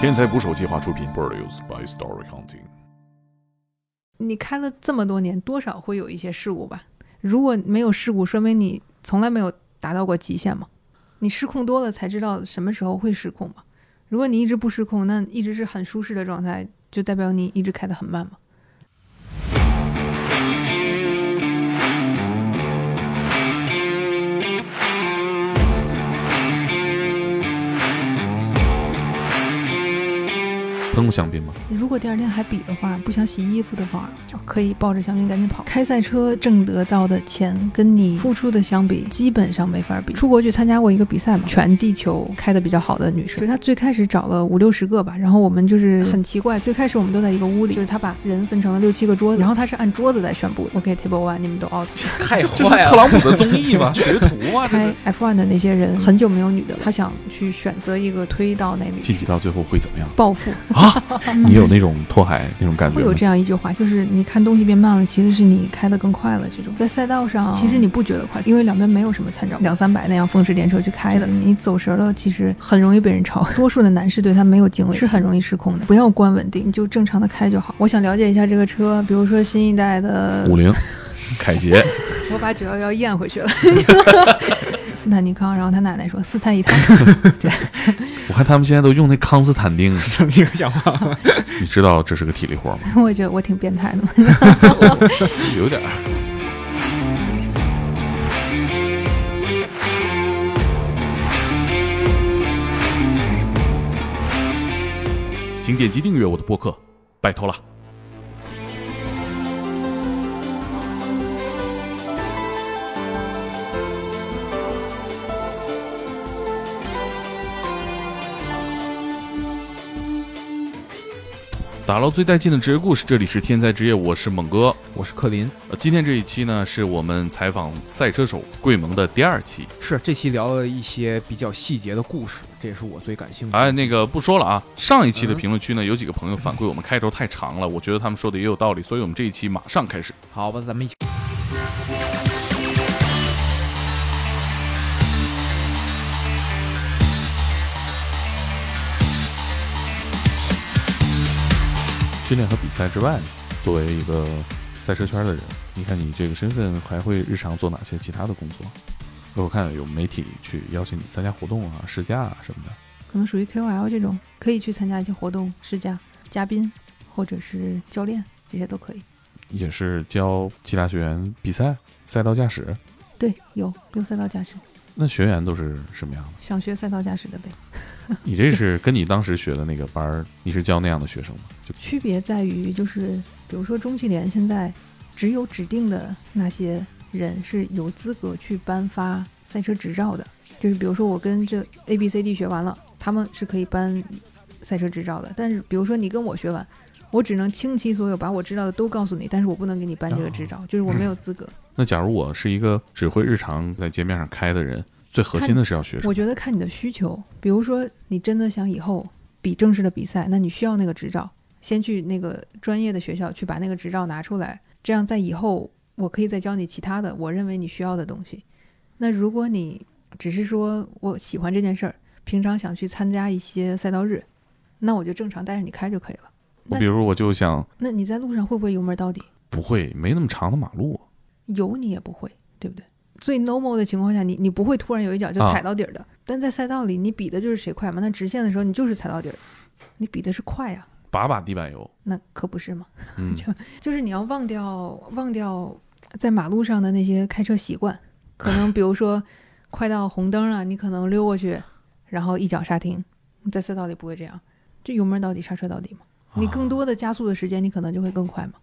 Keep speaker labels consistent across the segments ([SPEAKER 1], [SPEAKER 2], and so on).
[SPEAKER 1] 天才捕手计划出品，Produced by Story Hunting。
[SPEAKER 2] 你开了这么多年，多少会有一些事故吧？如果没有事故，说明你从来没有达到过极限嘛。你失控多了，才知道什么时候会失控嘛。如果你一直不失控，那一直是很舒适的状态，就代表你一直开得很慢嘛。
[SPEAKER 1] 喷过香槟吗？
[SPEAKER 2] 如果第二天还比的话，不想洗衣服的话，就可以抱着香槟赶紧跑。开赛车挣得到的钱跟你付出的相比，基本上没法比。出国去参加过一个比赛嘛，全地球开的比较好的女生，就是她最开始找了五六十个吧，然后我们就是很奇怪，最开始我们都在一个屋里，就是她把人分成了六七个桌子，然后她是按桌子来宣布的我给 table one，你们都 out。
[SPEAKER 3] 太
[SPEAKER 1] 这是
[SPEAKER 3] 坏
[SPEAKER 1] 特
[SPEAKER 3] 了！
[SPEAKER 1] 朗普的综艺吗？ 学徒啊吗？这
[SPEAKER 2] 开
[SPEAKER 1] 是
[SPEAKER 2] F1 的那些人很久没有女的了，她想去选择一个推到那里
[SPEAKER 1] 晋级到最后会怎么样？
[SPEAKER 2] 暴富。
[SPEAKER 3] 嗯
[SPEAKER 1] 你有那种拓海那种感觉
[SPEAKER 2] 会
[SPEAKER 1] 吗
[SPEAKER 2] 有？这样一句话，就是你看东西变慢了，其实是你开得更快了。这种在赛道上，其实你不觉得快，因为两边没有什么参照，两三百那样风驰电掣去开的，你走神了，其实很容易被人超。多数的男士对他没有敬畏，是很容易失控的。不要关稳定，你就正常的开就好。我想了解一下这个车，比如说新一代的
[SPEAKER 1] 五 菱、凯捷，
[SPEAKER 2] 我把九幺幺咽回去了。 斯坦尼康，然后他奶奶说：“四菜一汤。
[SPEAKER 1] 我看他们现在都用那康斯坦丁，
[SPEAKER 3] 你有想法吗？
[SPEAKER 1] 你知道这是个体力活吗？”
[SPEAKER 2] 我觉得我挺变态的嘛。
[SPEAKER 1] 有点儿。请点击订阅我的播客，拜托了。打捞最带劲的职业故事，这里是天才职业，我是猛哥，
[SPEAKER 3] 我是克林，
[SPEAKER 1] 呃，今天这一期呢，是我们采访赛车手桂萌的第二期。
[SPEAKER 3] 是这期聊了一些比较细节的故事，这也是我最感兴趣的。
[SPEAKER 1] 哎，那个不说了啊，上一期的
[SPEAKER 3] 嗯
[SPEAKER 1] 评论区呢，有几个朋友反馈我们开头太长了，我觉得他们说的也有道理，所以我们这一期马上开始。
[SPEAKER 3] 好吧，咱们一起。
[SPEAKER 1] 训练和比赛之外呢，作为一个赛车圈的人，你看你这个身份还会日常做哪些其他的工作？呃我看有媒体去邀请你参加活动啊、试驾啊什么的。
[SPEAKER 2] 可能属于 KOL 这种，可以去参加一些活动、试驾、嘉宾或者是教练，这些都可以。
[SPEAKER 1] 也是教其他学员比赛、赛道驾驶。
[SPEAKER 2] 对，有有赛道驾驶，
[SPEAKER 1] 那学员都是什么样的？
[SPEAKER 2] 想学赛道驾驶的呗。
[SPEAKER 1] 你这是跟你当时学的那个班儿，你是教那样的学生吗？就
[SPEAKER 2] 区别在于，就是比如说中汽联现在只有指定的那些人是有资格去颁发赛车执照的，就是比如说我跟这 A、B、C、D 学完了，他们是可以颁赛车执照的。但是比如说你跟我学完，我只能倾其所有把我知道的都告诉你，但是我不能给你颁这个执照，就是我没有资格。
[SPEAKER 1] 那假如我是一个只会日常在街面上开的人，最核心的是要学什么
[SPEAKER 2] 我？觉得看你的需求，比如说你真的想以后比正式的比赛，那你需要那个执照，先去那个专业的学校去把那个执照拿出来，这样在以后我可以再教你其他的我认为你需要的东西。那如果你只是说我喜欢这件事儿，平常想去参加一些赛道日，那我就正常带着你开就可以了。
[SPEAKER 1] 我比如我就想
[SPEAKER 2] 那你在路上会不会油门到底？
[SPEAKER 1] 不会没那么长的马路，
[SPEAKER 2] 油你也不会，对不对？最 normal 的情况下，你你不会突然有一脚就
[SPEAKER 1] 啊
[SPEAKER 2] 踩到底儿的。但在赛道里，你比的就是谁快嘛。那直线的时候，你就是踩到底儿，你比的是快呀、
[SPEAKER 1] 把把地板油。
[SPEAKER 2] 那可不是嘛。
[SPEAKER 1] 嗯，
[SPEAKER 2] 就是你要忘掉忘掉在马路上的那些开车习惯，可能比如说快到红灯了，你可能溜过去，然后一脚刹停。你在赛道里不会这样，就油门到底，刹车到底嘛。你
[SPEAKER 1] 啊
[SPEAKER 2] 更多的加速的时间，你可能就会更快嘛。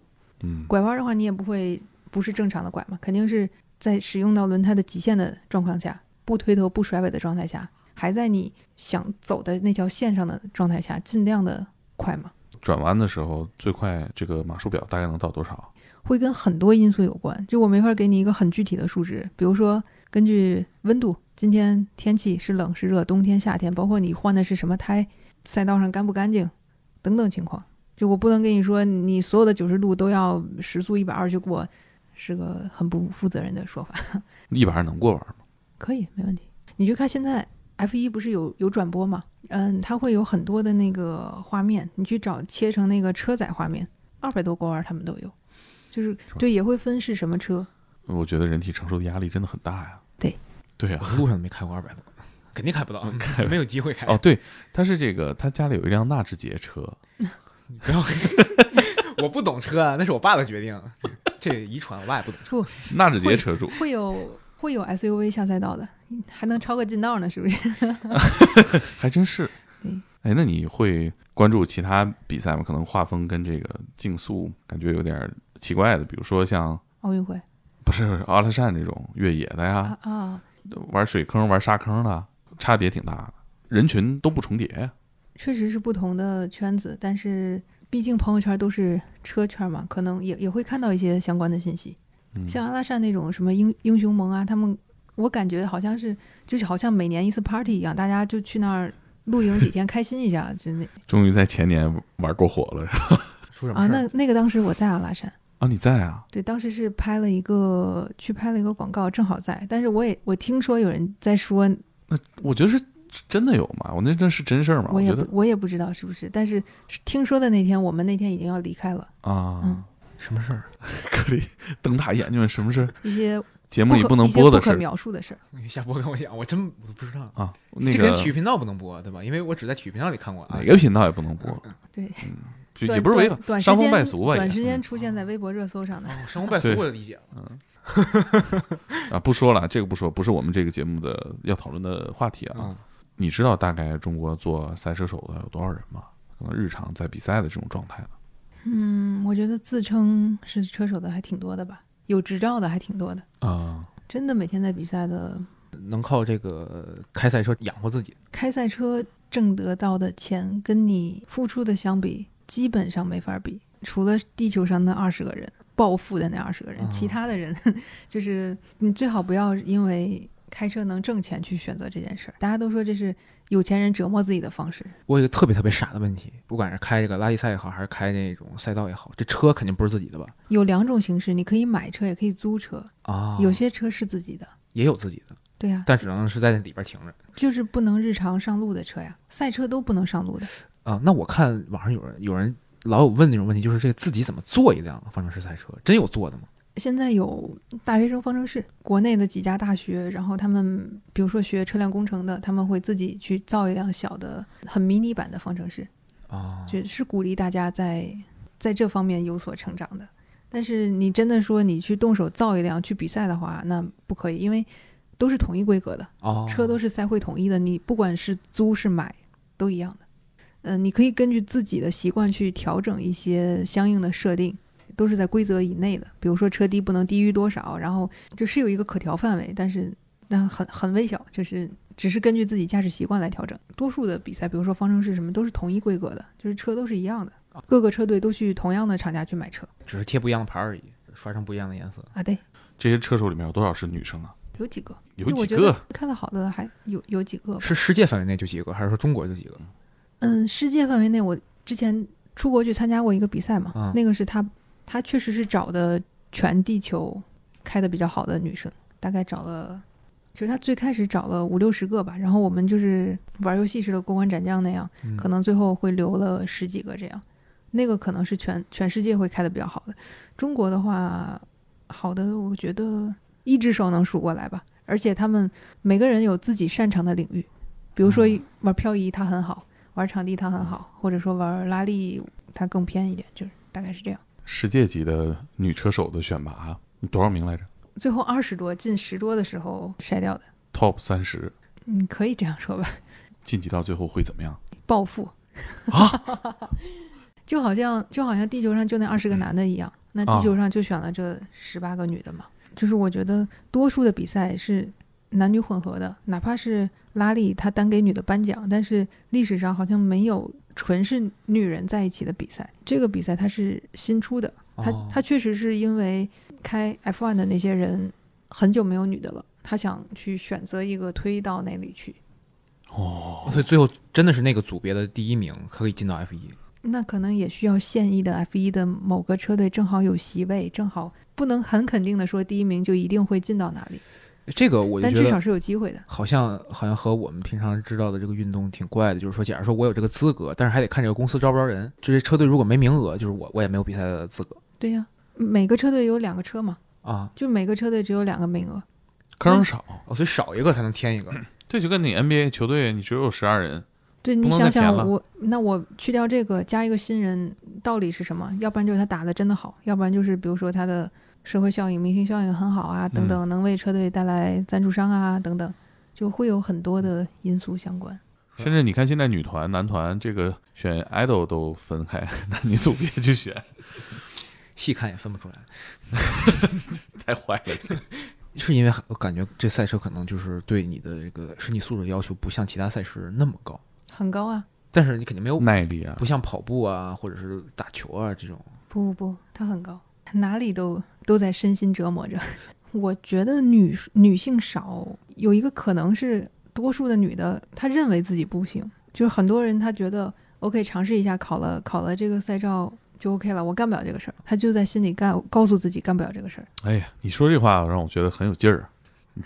[SPEAKER 1] 嗯，
[SPEAKER 2] 拐弯的话，你也不会不是正常的拐嘛，肯定是在使用到轮胎的极限的状况下，不推头不甩尾的状态下，还在你想走的那条线上的状态下，尽量的快嘛。
[SPEAKER 1] 转弯的时候最快这个码数表大概能到多少？
[SPEAKER 2] 会跟很多因素有关，就我没法给你一个很具体的数值，比如说根据温度，今天天气是冷是热，冬天夏天，包括你换的是什么胎，赛道上干不干净，等等情况，就我不能跟你说你所有的九十度都要时速一百二去过，是个很不负责任的说法。
[SPEAKER 1] 一百二能过弯吗？
[SPEAKER 2] 可以，没问题。你就看现在 F 一不是有有转播嘛？嗯，它会有很多的那个画面，你去找切成那个车载画面，二百多个弯儿他们都有，就是
[SPEAKER 1] 吧
[SPEAKER 2] 对，也会分是什么车。
[SPEAKER 1] 我觉得人体承受的压力真的很大呀。
[SPEAKER 2] 对，
[SPEAKER 1] 对啊呀、
[SPEAKER 3] 我路上都没开过二百多，肯定开不到，
[SPEAKER 1] 嗯开
[SPEAKER 3] 没有机会开。
[SPEAKER 1] 哦，对，他是这个，他家里有一辆纳智捷车，
[SPEAKER 3] 你不要，我不懂车，啊，那是我爸的决定，这遗传，我爸也不懂车。
[SPEAKER 1] 纳智捷车主，
[SPEAKER 2] 会有会有 SUV 下赛道的，还能超个近道呢，是不 是？
[SPEAKER 1] 还真是
[SPEAKER 2] 嗯。
[SPEAKER 1] 哎，那你会关注其他比赛吗？可能画风跟这个竞速感觉有点奇怪的，比如说像
[SPEAKER 2] 奥运会
[SPEAKER 1] 不是阿拉善这种越野的呀，
[SPEAKER 2] 啊啊，
[SPEAKER 1] 玩水坑、玩沙坑的，差别挺大的，人群都不重叠呀。
[SPEAKER 2] 确实是不同的圈子，但是毕竟朋友圈都是车圈嘛，可能也也会看到一些相关的信息。
[SPEAKER 1] 嗯
[SPEAKER 2] 像阿拉善那种什么英英雄盟啊，他们我感觉好像是就是好像每年一次 party 一样，大家就去那儿露营几天，开心一下，就 那
[SPEAKER 1] 终于在前年玩过火了
[SPEAKER 3] 出什
[SPEAKER 2] 啊，
[SPEAKER 3] 么事儿？
[SPEAKER 2] 那那个当时我在阿拉善。
[SPEAKER 1] 啊！你在啊？
[SPEAKER 2] 对，当时是拍了一个去拍了一个广告，正好在，但是我也我听说有人在说，
[SPEAKER 1] 那我觉得是真的有嘛？我那真是真事儿嘛？我
[SPEAKER 2] 我也
[SPEAKER 1] 觉
[SPEAKER 2] 不
[SPEAKER 1] 得
[SPEAKER 2] 我也不知道是不是，但是是听说的那天，我们那天已经要离开了，嗯
[SPEAKER 1] 啊，
[SPEAKER 3] 什么事儿？
[SPEAKER 1] 可里瞪大眼睛问什么事儿？
[SPEAKER 2] 一些
[SPEAKER 1] 节
[SPEAKER 2] 不
[SPEAKER 1] 目
[SPEAKER 2] 可
[SPEAKER 1] 里不能
[SPEAKER 2] 一些
[SPEAKER 1] 播的
[SPEAKER 2] 不
[SPEAKER 1] 事
[SPEAKER 2] 可
[SPEAKER 1] 儿
[SPEAKER 2] 描述的事儿。
[SPEAKER 3] 你下播跟我讲，我真我都不知道。
[SPEAKER 1] 啊。那
[SPEAKER 3] 这
[SPEAKER 1] 个
[SPEAKER 3] 个连体育频道不能播，对吧？因为我只在体育频道里看过啊。
[SPEAKER 1] 哪个频道也不能播，
[SPEAKER 2] 嗯
[SPEAKER 1] 嗯
[SPEAKER 2] 对，
[SPEAKER 1] 就
[SPEAKER 2] 短
[SPEAKER 1] 也不是违法
[SPEAKER 2] 短，短时
[SPEAKER 1] 伤风
[SPEAKER 2] 间
[SPEAKER 1] 败俗吧？
[SPEAKER 2] 短
[SPEAKER 1] 也
[SPEAKER 2] 时间
[SPEAKER 1] 嗯
[SPEAKER 2] 出现在微博热搜上的。
[SPEAKER 3] 哦，生活败俗
[SPEAKER 1] 对
[SPEAKER 3] 我理解了。
[SPEAKER 1] 啊，不说了，这个不说，不是我们这个节目的要讨论的话题啊。
[SPEAKER 3] 嗯，
[SPEAKER 1] 你知道大概中国做赛车手的有多少人吗？可能日常在比赛的这种状态呢
[SPEAKER 2] 嗯，我觉得自称是车手的还挺多的吧，有执照的还挺多的，
[SPEAKER 1] 啊，
[SPEAKER 2] 真的每天在比赛的
[SPEAKER 3] 嗯能靠这个开赛车养活自己，
[SPEAKER 2] 开赛车挣得到的钱，跟你付出的相比，基本上没法比。除了地球上那二十个人暴富的那二十个人，
[SPEAKER 3] 嗯
[SPEAKER 2] 其他的人 就是你最好不要因为开车能挣钱去选择这件事儿。大家都说这是有钱人折磨自己的方式，
[SPEAKER 3] 我有一个特别特别傻的问题，不管是开这个拉力赛也好，还是开这种赛道也好，这车肯定不是自己的吧？
[SPEAKER 2] 有两种形式，你可以买车，也可以租车。
[SPEAKER 3] 啊，
[SPEAKER 2] 有些车是自己的，
[SPEAKER 3] 也有自己的，
[SPEAKER 2] 对啊呀、
[SPEAKER 3] 但只能是在那里边停着
[SPEAKER 2] 就是不能日常上路的车呀，赛车都不能上路的。
[SPEAKER 3] 啊。那我看网上有人有人老有问那种问题，就是这个自己怎么做一辆方程式赛车？真有做的吗？
[SPEAKER 2] 现在有大学生方程式，国内的几家大学，然后他们比如说学车辆工程的，他们会自己去造一辆小的、很迷你版的方程式，
[SPEAKER 3] 啊，
[SPEAKER 2] 就是鼓励大家在在这方面有所成长的。但是你真的说你去动手造一辆去比赛的话，那不可以，因为都是统一规格的，
[SPEAKER 3] 哦，
[SPEAKER 2] 车都是赛会统一的，你不管是租是买都一样的。嗯、你可以根据自己的习惯去调整一些相应的设定，都是在规则以内的。比如说车低不能低于多少，然后就是有一个可调范围，但是那很很微小，就是只是根据自己驾驶习惯来调整。多数的比赛，比如说方程式什么，都是统一规格的，就是车都是一样的，各个车队都去同样的厂家去买车
[SPEAKER 3] 只是贴不一样的牌而已，刷上不一样的颜色。
[SPEAKER 2] 啊。对，
[SPEAKER 1] 这些车手里面有多少是女生啊？
[SPEAKER 2] 有几个，
[SPEAKER 1] 有
[SPEAKER 2] 就我
[SPEAKER 1] 几
[SPEAKER 2] 觉得
[SPEAKER 1] 个？
[SPEAKER 2] 开得好的还有有几个吧
[SPEAKER 3] 是世界范围内就几个，还是说中国就几个？
[SPEAKER 2] 嗯，世界范围内，我之前出国去参加过一个比赛嘛，
[SPEAKER 3] 嗯
[SPEAKER 2] 那个是他，他确实是找的全地球开的比较好的女生，大概找了，其实他最开始找了五六十个吧，然后我们就是玩游戏似的过关斩将那样，
[SPEAKER 3] 嗯
[SPEAKER 2] 可能最后会留了十几个这样，那个可能是全全世界会开的比较好的，中国的话，好的我觉得一只手能数过来吧，而且他们每个人有自己擅长的领域，比如说
[SPEAKER 3] 嗯
[SPEAKER 2] 玩漂移他很好，玩场地他很好，或者说玩拉力他更偏一点，就是大概是这样。
[SPEAKER 1] 世界级的女车手的选拔，啊你多少名来着
[SPEAKER 2] 最后二十多进十多的时候筛掉的，
[SPEAKER 1] ？Top 三十
[SPEAKER 2] 嗯，可以这样说吧，
[SPEAKER 1] 晋级到最后会怎么样？
[SPEAKER 2] 暴富啊， 就好像就好像地球上就那二十个男的一样，那
[SPEAKER 1] 啊
[SPEAKER 2] 地球上就选了这十八个女的嘛。就是我觉得多数的比赛是男女混合的，哪怕是拉力他单给女的颁奖，但是历史上好像没有纯是女人在一起的比赛。这个比赛它是新出的，他
[SPEAKER 3] 哦
[SPEAKER 2] 他确实是因为开 F1 的那些人很久没有女的了，他想去选择一个推到那里去。
[SPEAKER 1] 哦，
[SPEAKER 3] 所以最后真的是那个组别的第一名可以进到 F 一。
[SPEAKER 2] 那可能也需要现役的 F 1的某个车队正好有席位，正好不能很肯定的说第一名就一定会进到哪里。
[SPEAKER 3] 这个我就
[SPEAKER 2] 但
[SPEAKER 3] 觉
[SPEAKER 2] 至
[SPEAKER 3] 得
[SPEAKER 2] 少是有机会的。
[SPEAKER 3] 好像好像和我们平常知道的这个运动挺怪的，就是说，假如说我有这个资格，但是还得看这个公司招不招人。这些车队如果没名额，就是我我也没有比赛的资格
[SPEAKER 2] 对呀、每个车队有两个车嘛，
[SPEAKER 3] 啊，
[SPEAKER 2] 就每个车队只有两个名额。
[SPEAKER 1] 坑少，
[SPEAKER 3] 哦，所以少一个才能添一个。
[SPEAKER 1] 这就跟你 NBA 球队你只有十二人，
[SPEAKER 2] 对
[SPEAKER 1] 不
[SPEAKER 2] 你
[SPEAKER 1] 能
[SPEAKER 2] 想
[SPEAKER 1] 再填
[SPEAKER 2] 想
[SPEAKER 1] 了
[SPEAKER 2] 我，那我去掉这个，加一个新人，道理是什么？要不然就是他打的真的好，要不然就是比如说他的社会效应、明星效应很好啊，等等，能为车队带来赞助商啊，等等，就会有很多的因素相关。
[SPEAKER 1] 甚至你看现在女团、男团这个选 idol 都分开， 男女组别去选，
[SPEAKER 3] 细看也分不出来，
[SPEAKER 1] 太坏了。
[SPEAKER 3] 是因为我感觉这赛车可能就是对你的这个身体素质要求不像其他赛事那么高，
[SPEAKER 2] 很高啊！
[SPEAKER 3] 但是你肯定没有
[SPEAKER 1] 耐力啊，
[SPEAKER 3] 哦不像跑步啊或者是打球啊这种。
[SPEAKER 2] 不不不，他很高，哪里都都在身心折磨着。 我觉得女女性少有一个可能是多数的女的，她认为自己不行，就是很多人她觉得 OK 尝试一下，考了考了这个赛照就 OK 了，我干不了这个事儿，她就在心里干告诉自己干不了这个事儿。
[SPEAKER 1] 哎呀，你说这话让我觉得很有劲儿。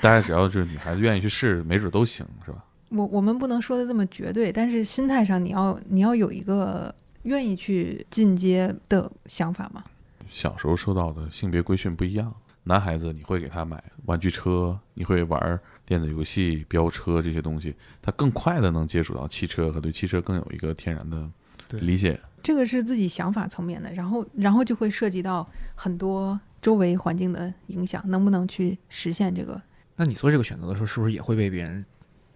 [SPEAKER 1] 大家只要就是女孩子愿意去试，没准都行，是吧？
[SPEAKER 2] 我我们不能说的这么绝对，但是心态上你要你要有一个愿意去进阶的想法嘛。
[SPEAKER 1] 小时候受到的性别规训不一样，男孩子你会给他买玩具车，你会玩电子游戏、飙车这些东西，他更快的能接触到汽车和对汽车更有一个天然的
[SPEAKER 3] 对
[SPEAKER 1] 理解。
[SPEAKER 2] 这个是自己想法层面的，然后然后就会涉及到很多周围环境的影响，能不能去实现这个？
[SPEAKER 3] 那你做这个选择的时候，是不是也会被别人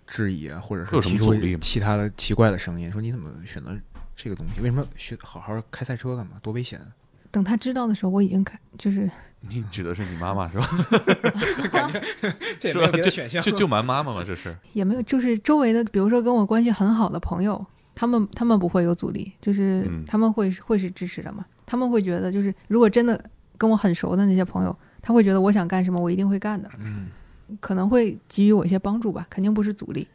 [SPEAKER 3] 质疑啊，或者
[SPEAKER 1] 会有
[SPEAKER 3] 是
[SPEAKER 1] 什么
[SPEAKER 3] 提
[SPEAKER 1] 阻
[SPEAKER 3] 出
[SPEAKER 1] 力吗
[SPEAKER 3] 其他的奇怪的声音，说你怎么选择这个东西？为什么学好好开赛车干嘛？多危险啊！
[SPEAKER 2] 等他知道的时候，我已经开，就是
[SPEAKER 1] 你指的是你妈妈是吧？
[SPEAKER 3] 这
[SPEAKER 1] 也没有别的
[SPEAKER 3] 选项
[SPEAKER 1] 就就瞒妈妈嘛，这是。
[SPEAKER 2] 也没有，就是周围的，比如说跟我关系很好的朋友，他们他们不会有阻力，就是
[SPEAKER 1] 嗯
[SPEAKER 2] 他们会会是支持的嘛，他们会觉得就是如果真的跟我很熟的那些朋友，他会觉得我想干什么，我一定会干的，
[SPEAKER 3] 嗯，
[SPEAKER 2] 可能会给予我一些帮助吧，肯定不是阻力。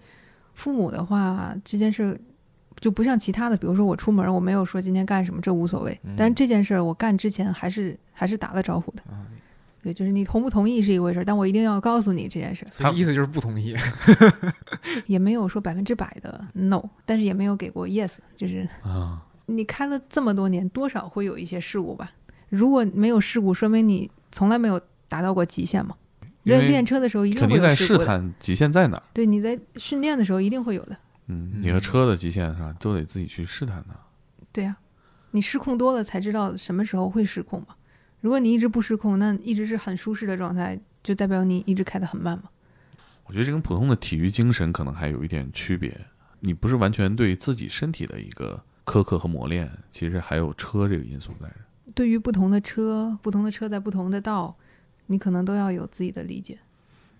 [SPEAKER 2] 父母的话，这件事就不像其他的，比如说我出门，我没有说今天干什么，这无所谓。但是这件事儿我干之前还是还是打了招呼的。
[SPEAKER 3] 啊，
[SPEAKER 2] 对，就是你同不同意是一回事儿，但我一定要告诉你这件事儿，
[SPEAKER 3] 所以意思就是不同意。
[SPEAKER 2] 也没有说百分之百的 no，但是也没有给过 yes，就是
[SPEAKER 1] 啊，
[SPEAKER 2] 你开了这么多年，多少会有一些事故吧。如果没有事故，说明你从来没有达到过极限嘛。
[SPEAKER 1] 因为
[SPEAKER 2] 练练车的时候一定
[SPEAKER 1] 肯
[SPEAKER 2] 会
[SPEAKER 1] 定
[SPEAKER 2] 有
[SPEAKER 1] 在
[SPEAKER 2] 事
[SPEAKER 1] 试
[SPEAKER 2] 故的，
[SPEAKER 1] 探极限在哪儿。
[SPEAKER 2] 对，你在训练的时候一定会有的。
[SPEAKER 1] 嗯，你和车的极限是吧，都得自己去试探它。
[SPEAKER 2] 对呀、你失控多了才知道什么时候会失控嘛。如果你一直不失控，那一直是很舒适的状态，就代表你一直开得很慢嘛。
[SPEAKER 1] 我觉得这跟普通的体育精神可能还有一点区别。你不是完全对自己身体的一个苛刻和磨练，其实还有车这个因素在。
[SPEAKER 2] 对于不同的车，不同的车在不同的道，你可能都要有自己的理解。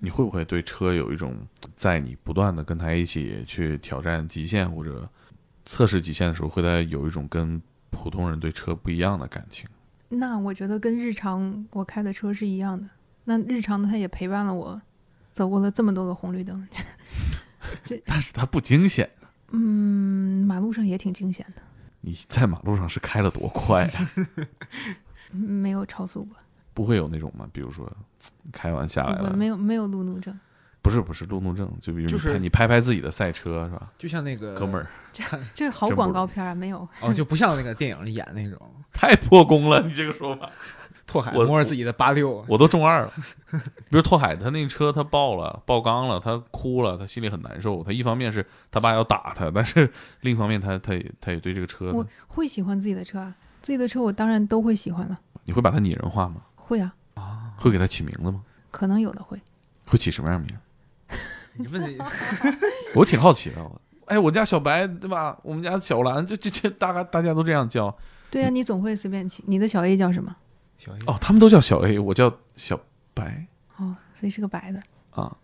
[SPEAKER 1] 你会不会对车有一种在你不断的跟它一起去挑战极限或者测试极限的时候，会在有一种跟普通人对车不一样的感情？
[SPEAKER 2] 那我觉得跟日常我开的车是一样的。那日常的它也陪伴了我，走过了这么多个红绿灯，
[SPEAKER 1] 但是它不惊险，
[SPEAKER 2] 嗯，马路上也挺惊险的，
[SPEAKER 1] 你在马路上是开了多快啊、
[SPEAKER 2] 嗯没有超速过，
[SPEAKER 1] 不会有那种吗？比如说开完下来
[SPEAKER 2] 我
[SPEAKER 1] 了，
[SPEAKER 2] 没有没有路怒症。
[SPEAKER 1] 不是不是路怒症，就比如你
[SPEAKER 3] 就是呃
[SPEAKER 1] 拍你拍拍自己的赛车是吧，
[SPEAKER 3] 就像那个
[SPEAKER 1] 哥们儿，
[SPEAKER 2] 这好
[SPEAKER 1] 真不
[SPEAKER 2] 广
[SPEAKER 1] 容
[SPEAKER 2] 告片啊，没有。
[SPEAKER 3] 哦，就不像那个电影里演那种
[SPEAKER 1] 太破功了，你这个说法。
[SPEAKER 3] 拓海
[SPEAKER 1] 我
[SPEAKER 3] 摸着自己的八六，
[SPEAKER 1] 我都中二 了。比如拓海，他那车他爆了，爆缸了，他哭了，他心里很难受。他一方面是他爸要打他，但是另一方面他他也他也对这个车
[SPEAKER 2] 我，会喜欢自己的车啊，自己的车我当然都会喜欢了，
[SPEAKER 1] 你会把他拟人化吗？
[SPEAKER 2] 会啊，
[SPEAKER 3] 啊，
[SPEAKER 1] 会给他起名字吗？
[SPEAKER 2] 可能有的会。
[SPEAKER 1] 会起什么样的名？
[SPEAKER 3] 你问这
[SPEAKER 1] 我挺好奇的。我哎，我家小白对吧？我们家小蓝，就这这大概大家都这样叫
[SPEAKER 2] 对
[SPEAKER 1] 嗯
[SPEAKER 2] 啊，你总会随便起。你的小 A 叫什么？
[SPEAKER 3] 小叶
[SPEAKER 1] 哦，他们都叫小 A，我叫小白
[SPEAKER 2] 哦，所以是个白的。
[SPEAKER 1] 啊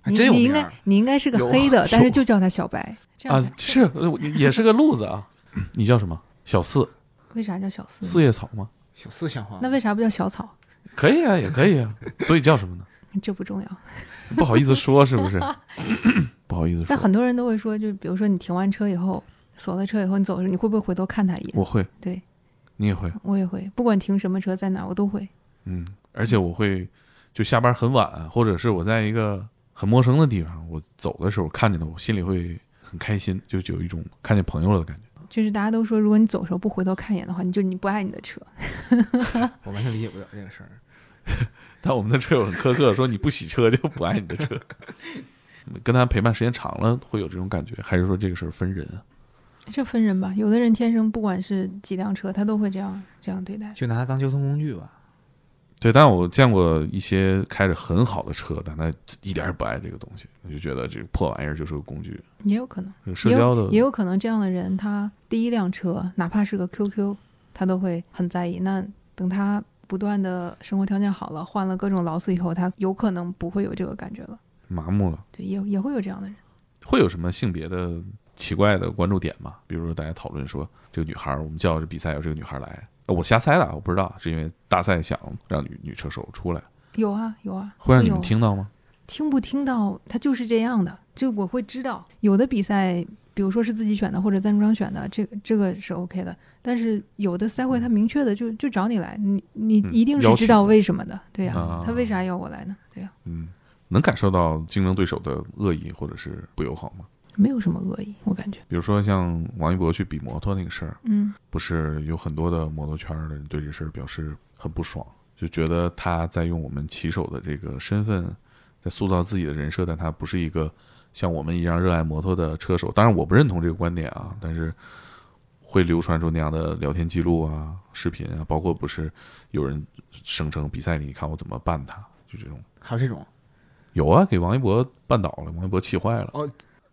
[SPEAKER 3] 还
[SPEAKER 2] 你
[SPEAKER 3] 真有
[SPEAKER 2] 你应
[SPEAKER 3] 名
[SPEAKER 2] 该
[SPEAKER 3] 儿，
[SPEAKER 2] 你应该是个
[SPEAKER 1] 有啊
[SPEAKER 2] 黑的，但
[SPEAKER 1] 有
[SPEAKER 2] 是就叫他小白。这样
[SPEAKER 1] 啊
[SPEAKER 2] 才，
[SPEAKER 1] 是呃我也是个路子啊。你叫什么？小四，
[SPEAKER 2] 为啥叫小四呢？
[SPEAKER 1] 四叶草吗？
[SPEAKER 3] 小四像话吗，
[SPEAKER 2] 那为啥不叫小草？
[SPEAKER 1] 可以啊，也可以啊。所以叫什么呢？
[SPEAKER 2] 这不重要。
[SPEAKER 1] 不好意思说，是 不是？不好意思
[SPEAKER 2] 但
[SPEAKER 1] 说，
[SPEAKER 2] 很多人都会说，就比如说你停完车以后，锁了车以后，你走的时候，你会不会回头看他一眼？
[SPEAKER 1] 我会，
[SPEAKER 2] 对
[SPEAKER 1] 你也会，
[SPEAKER 2] 我也会，不管停什么车，在哪我都会。
[SPEAKER 1] 嗯，而且我会就下班很晚，或者是我在一个很陌生的地方，我走的时候看见他，我心里会很开心，就有一种看见朋友了的感觉。
[SPEAKER 2] 就是大家都说，如果你走的时候不回头看一眼的话，你就你不爱你的车。
[SPEAKER 3] 我完全理解不了这个事儿。
[SPEAKER 1] 但我们的车友很苛刻，说你不洗车就不爱你的 车。跟他陪伴时间长了，会有这种感觉，还是说这个事儿分人啊？
[SPEAKER 2] 这分人吧，有的人天生不管是几辆车，他都会这样这样对待。
[SPEAKER 3] 就拿它当交通工具吧。
[SPEAKER 1] 对，但我见过一些开着很好的车，但他一点儿也不爱这个东西，我就觉得这个破玩意儿就是个工具，
[SPEAKER 2] 也有可能，
[SPEAKER 1] 这个社交的
[SPEAKER 2] 也有也有可能这样的人，他第一辆车哪怕是个 QQ，他都会很在意。那等他不断的生活条件好了，换了各种劳斯以后，他有可能不会有这个感觉了。
[SPEAKER 1] 麻木了。
[SPEAKER 2] 对，也也会有这样的人。
[SPEAKER 1] 会有什么性别的奇怪的关注点吗？比如说大家讨论说这个女孩儿，我们叫这比赛有这个女孩儿来，呃我瞎猜的啊，我不知道，是因为大赛想让女女车手出来，
[SPEAKER 2] 有啊有啊，
[SPEAKER 1] 会让你
[SPEAKER 2] 有
[SPEAKER 1] 们听到吗？
[SPEAKER 2] 听不听到，他就是这样的。就我会知道，有的比赛，比如说是自己选的或者赞助商选的，这个这个是 OK 的。但是有的赛会他明确的就就找你来，你你
[SPEAKER 1] 嗯
[SPEAKER 2] 一定是
[SPEAKER 1] 邀
[SPEAKER 2] 知
[SPEAKER 1] 请
[SPEAKER 2] 道为什么的，对呀、
[SPEAKER 1] 啊
[SPEAKER 2] 他为啥要我来呢？对呀、
[SPEAKER 1] 嗯，能感受到竞争对手的恶意或者是不友好吗？
[SPEAKER 2] 没有什么恶意，我感觉，
[SPEAKER 1] 比如说像王一博去比摩托那个事儿，
[SPEAKER 2] 嗯，
[SPEAKER 1] 不是有很多的摩托圈儿的人对这事儿表示很不爽，就觉得他在用我们骑手的这个身份，在塑造自己的人设，但他不是一个像我们一样热爱摩托的车手。当然，我不认同这个观点啊，但是会流传出那样的聊天记录啊、视频啊，包括不是有人声称比赛里你看我怎么办他，就这种
[SPEAKER 3] 还有这种，
[SPEAKER 1] 有啊，给王一博绊倒了，王一博气坏了。
[SPEAKER 3] 哦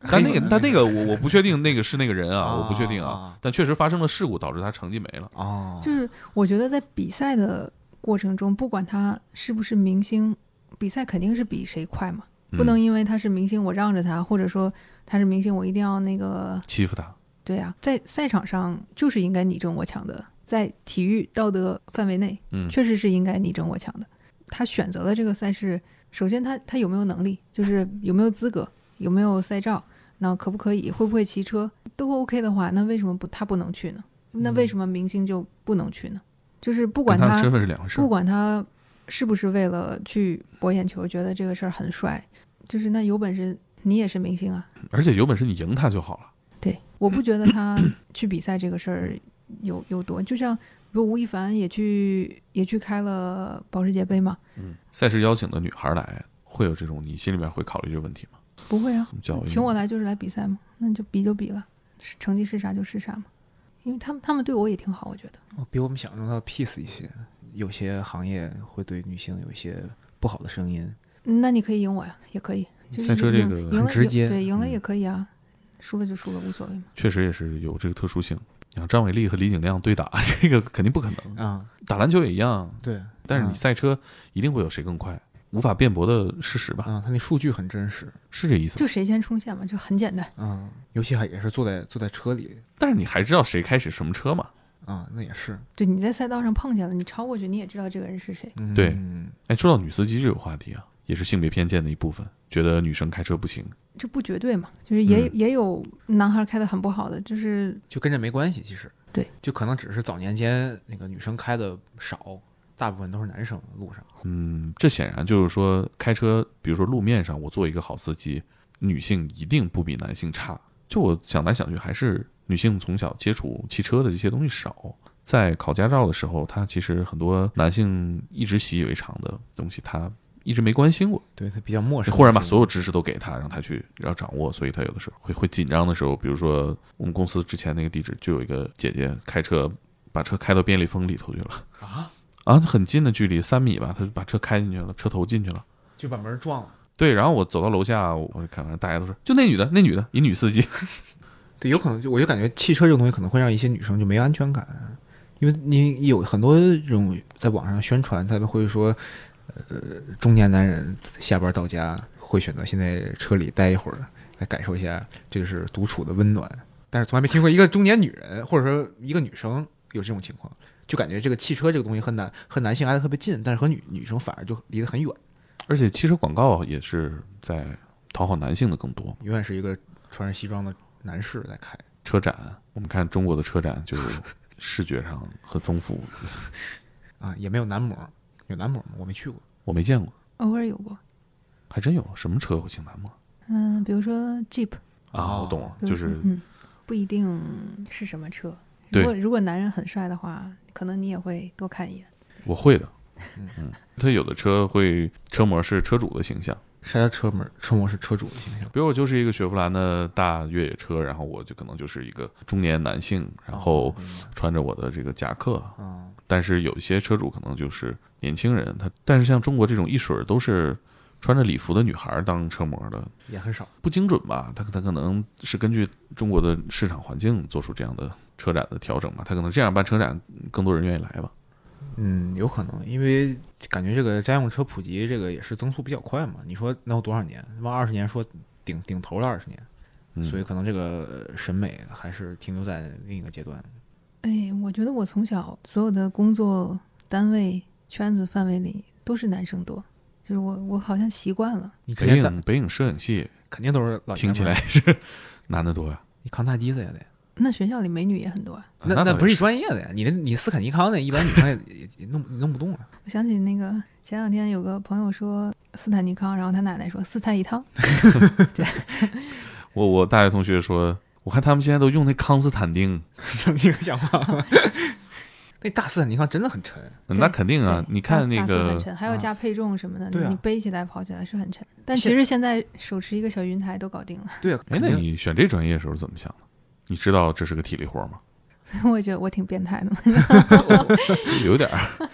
[SPEAKER 1] 但那个但那个我我不确定那个是那个人啊，我不确定啊。
[SPEAKER 3] 啊。
[SPEAKER 1] 但确实发生了事故，导致他成绩没了。
[SPEAKER 3] 哦，
[SPEAKER 2] 就是我觉得在比赛的过程中，不管他是不是明星，比赛肯定是比谁快嘛，
[SPEAKER 1] 嗯
[SPEAKER 2] 不能因为他是明星我让着他，或者说他是明星我一定要那个
[SPEAKER 1] 欺负他。
[SPEAKER 2] 对呀、在赛场上就是应该你争我抢的，在体育道德范围内，
[SPEAKER 1] 嗯
[SPEAKER 2] 确实是应该你争我抢的。他选择了这个赛事，首先他他有没有能力，就是有没有资格，有没有赛照，那可不可以，会不会骑车，都 OK 的话，那为什么不他不能去呢？那为什么明星就不能去呢？就是不管
[SPEAKER 1] 嗯跟他
[SPEAKER 2] 他
[SPEAKER 1] 的身份是两回事
[SPEAKER 2] 不。管他是不是为了去博眼球，觉得这个事儿很帅，就是那有本事你也是明星啊，
[SPEAKER 1] 而且有本事你赢他就好了。
[SPEAKER 2] 对，我
[SPEAKER 1] 嗯
[SPEAKER 2] 不觉得 他去比赛这个事儿有有多，就像比如吴亦凡也去也去开了保时捷杯嘛，
[SPEAKER 1] 嗯，赛事邀请的女孩来，会有这种你心里面会考虑这个问题吗？
[SPEAKER 2] 不会啊，
[SPEAKER 1] 叫
[SPEAKER 2] 请我来就是来比赛嘛，那你就比就比了，是成绩是啥就是啥嘛，因为他们他们对我也挺好，我觉得
[SPEAKER 3] 哦比我们想象中的要 peace 一些。有些行业会对女性有一些不好的声音，
[SPEAKER 2] 嗯那你可以赢我呀，也可以，就是
[SPEAKER 1] 赛车这
[SPEAKER 2] 赢
[SPEAKER 1] 个
[SPEAKER 2] 赢
[SPEAKER 1] 很
[SPEAKER 2] 了
[SPEAKER 3] 直
[SPEAKER 2] 也
[SPEAKER 3] 接
[SPEAKER 2] 对，赢了
[SPEAKER 1] 嗯
[SPEAKER 2] 也可以啊，输了就输了无所谓嘛，
[SPEAKER 1] 确实也是有这个特殊性。你像张伟丽和李景亮对打， 这个肯定不可能。
[SPEAKER 3] 啊，
[SPEAKER 1] 打篮球也一样，
[SPEAKER 3] 对，
[SPEAKER 1] 但是你
[SPEAKER 3] 嗯
[SPEAKER 1] 赛车一定会有谁更快，无法辩驳的事实吧？
[SPEAKER 3] 啊，他那数据很真实，
[SPEAKER 1] 是这意思吗？
[SPEAKER 2] 就谁先冲线嘛，就很简单，
[SPEAKER 3] 嗯，尤其还也是坐在坐在车里，
[SPEAKER 1] 但是你还知道谁开始什么车嘛？
[SPEAKER 3] 啊，那也是，
[SPEAKER 2] 对，你在赛道上碰见了，你超过去你也知道这个人是谁，
[SPEAKER 3] 嗯、
[SPEAKER 1] 对哎，说到女司机这个话题啊，也是性别偏见的一部分，觉得女生开车不行。
[SPEAKER 2] 这不绝对嘛，就是也、
[SPEAKER 1] 嗯
[SPEAKER 2] 也有男孩开的很不好的，就是
[SPEAKER 3] 就跟这没关系，其实，
[SPEAKER 2] 对，
[SPEAKER 3] 就可能只是早年间那个女生开的少，大部分都是男生路上，
[SPEAKER 1] 嗯，这显然就是说，开车，比如说路面上，我做一个好司机，女性一定不比男性差。就我想来想去，还是女性从小接触汽车的这些东西少，在考驾照的时候，她其实很多男性一直习以为常的东西，她一直没关心过。
[SPEAKER 3] 对她比较陌生，
[SPEAKER 1] 忽然把所有知识都给他，让他去要掌握，所以他有的时候会会紧张的时候，比如说我们公司之前那个地址就有一个姐姐开车把车开到便利蜂里头去了
[SPEAKER 3] 有啊，
[SPEAKER 1] 啊，很近的距离三米吧，她就把车开进去了，车头进去了。
[SPEAKER 3] 就把门撞了，
[SPEAKER 1] 对，然后我走到楼下，我就看，大家都说就那女的，那女的，一女司机，
[SPEAKER 3] 对，有可能就我就感觉汽车这种东西可能会让一些女生就没安全感，啊因为你有很多这种在网上宣传，他们会说，呃，中年男人下班到家会选择先在车里待一会儿，来感受一下这就是独处的温暖，但是从来没听过一个中年女人或者说一个女生有这种情况，就感觉这个汽车这个东西和男和男性挨得特别近，但是和女女生反而就离得很远，
[SPEAKER 1] 而且汽车广告也是在讨好男性的更多。
[SPEAKER 3] 永远是一个穿着西装的男士在开。
[SPEAKER 1] 车展，我们看中国的车展就视觉上很丰富，
[SPEAKER 3] 啊，也没有男模，有男模吗？我没去过。
[SPEAKER 1] 我没见过，
[SPEAKER 2] 偶尔有过。
[SPEAKER 1] 还真有什么车会请男模
[SPEAKER 2] 嗯，比如说 Jeep，
[SPEAKER 1] 啊？我懂了，
[SPEAKER 2] 比如
[SPEAKER 1] 就
[SPEAKER 2] 说
[SPEAKER 1] 是
[SPEAKER 2] 嗯，不一定是什么车。
[SPEAKER 1] 对
[SPEAKER 2] 如果如果男人很帅的话，可能你也会多看一眼。
[SPEAKER 1] 我会的
[SPEAKER 3] 嗯。
[SPEAKER 1] 嗯，他有的车会车模是车主的形象，
[SPEAKER 3] 啥叫车门？车模是车主的形象。
[SPEAKER 1] 比如我就是一个雪佛兰的大越野车，然后我就可能就是一个中年男性，然后穿着我的这个夹克，
[SPEAKER 3] 啊，
[SPEAKER 1] 但是有一些车主可能就是年轻人，他但是像中国这种一水儿都是穿着礼服的女孩儿当车模的，
[SPEAKER 3] 也很少。
[SPEAKER 1] 不精准吧？他他可能是根据中国的市场环境做出这样的车展的调整吧，他可能这样办车展更多人愿意来吧。
[SPEAKER 3] 嗯，有可能，因为感觉这个家用车普及，这个也是增速比较快嘛。你说能有多少年？他妈二十年说顶顶头了二十年，
[SPEAKER 1] 嗯、
[SPEAKER 3] 所以可能这个呃审美还是停留在另一个阶段。
[SPEAKER 2] 哎，我觉得我从小所有的工作单位圈子范围里都是男生多，就是我我好像习惯了。
[SPEAKER 3] 你之
[SPEAKER 1] 北
[SPEAKER 3] 前在
[SPEAKER 1] 影北影摄影系
[SPEAKER 3] 肯定都是老爷
[SPEAKER 1] 听
[SPEAKER 3] 们儿
[SPEAKER 1] 起来，是男的多呀、
[SPEAKER 3] 你扛大机子也得，
[SPEAKER 2] 那学校里美女也很多啊。
[SPEAKER 1] 啊
[SPEAKER 3] 那
[SPEAKER 1] 倒
[SPEAKER 3] 那
[SPEAKER 1] 也
[SPEAKER 3] 不是
[SPEAKER 1] 是
[SPEAKER 3] 一专业的呀。你那你斯坦尼康那 一般女生也也也弄也弄不动啊。
[SPEAKER 2] 我想起那个前两天有个朋友说斯坦尼康，然后他奶奶说四菜一汤。
[SPEAKER 1] 我我大学同学说，我看他们现在都用那康斯坦丁，
[SPEAKER 3] 你有想法？那大斯坦尼康真的很沉，
[SPEAKER 1] 嗯那肯定啊
[SPEAKER 2] 对！
[SPEAKER 1] 你看
[SPEAKER 2] 大
[SPEAKER 1] 那
[SPEAKER 2] 大四很
[SPEAKER 1] 个，
[SPEAKER 2] 沉，还要加配重什么的，
[SPEAKER 3] 对啊
[SPEAKER 2] 你背起来跑起来是很沉。但
[SPEAKER 3] 现
[SPEAKER 2] 其实现在手持一个小云台都搞定了，
[SPEAKER 3] 对啊，
[SPEAKER 1] 哎，
[SPEAKER 3] 肯
[SPEAKER 1] 那
[SPEAKER 3] 定
[SPEAKER 1] 你选这专业的时候怎么想的？你知道这是个体力活吗？
[SPEAKER 2] 所以我也觉得我挺变态的嘛。
[SPEAKER 1] 有点儿。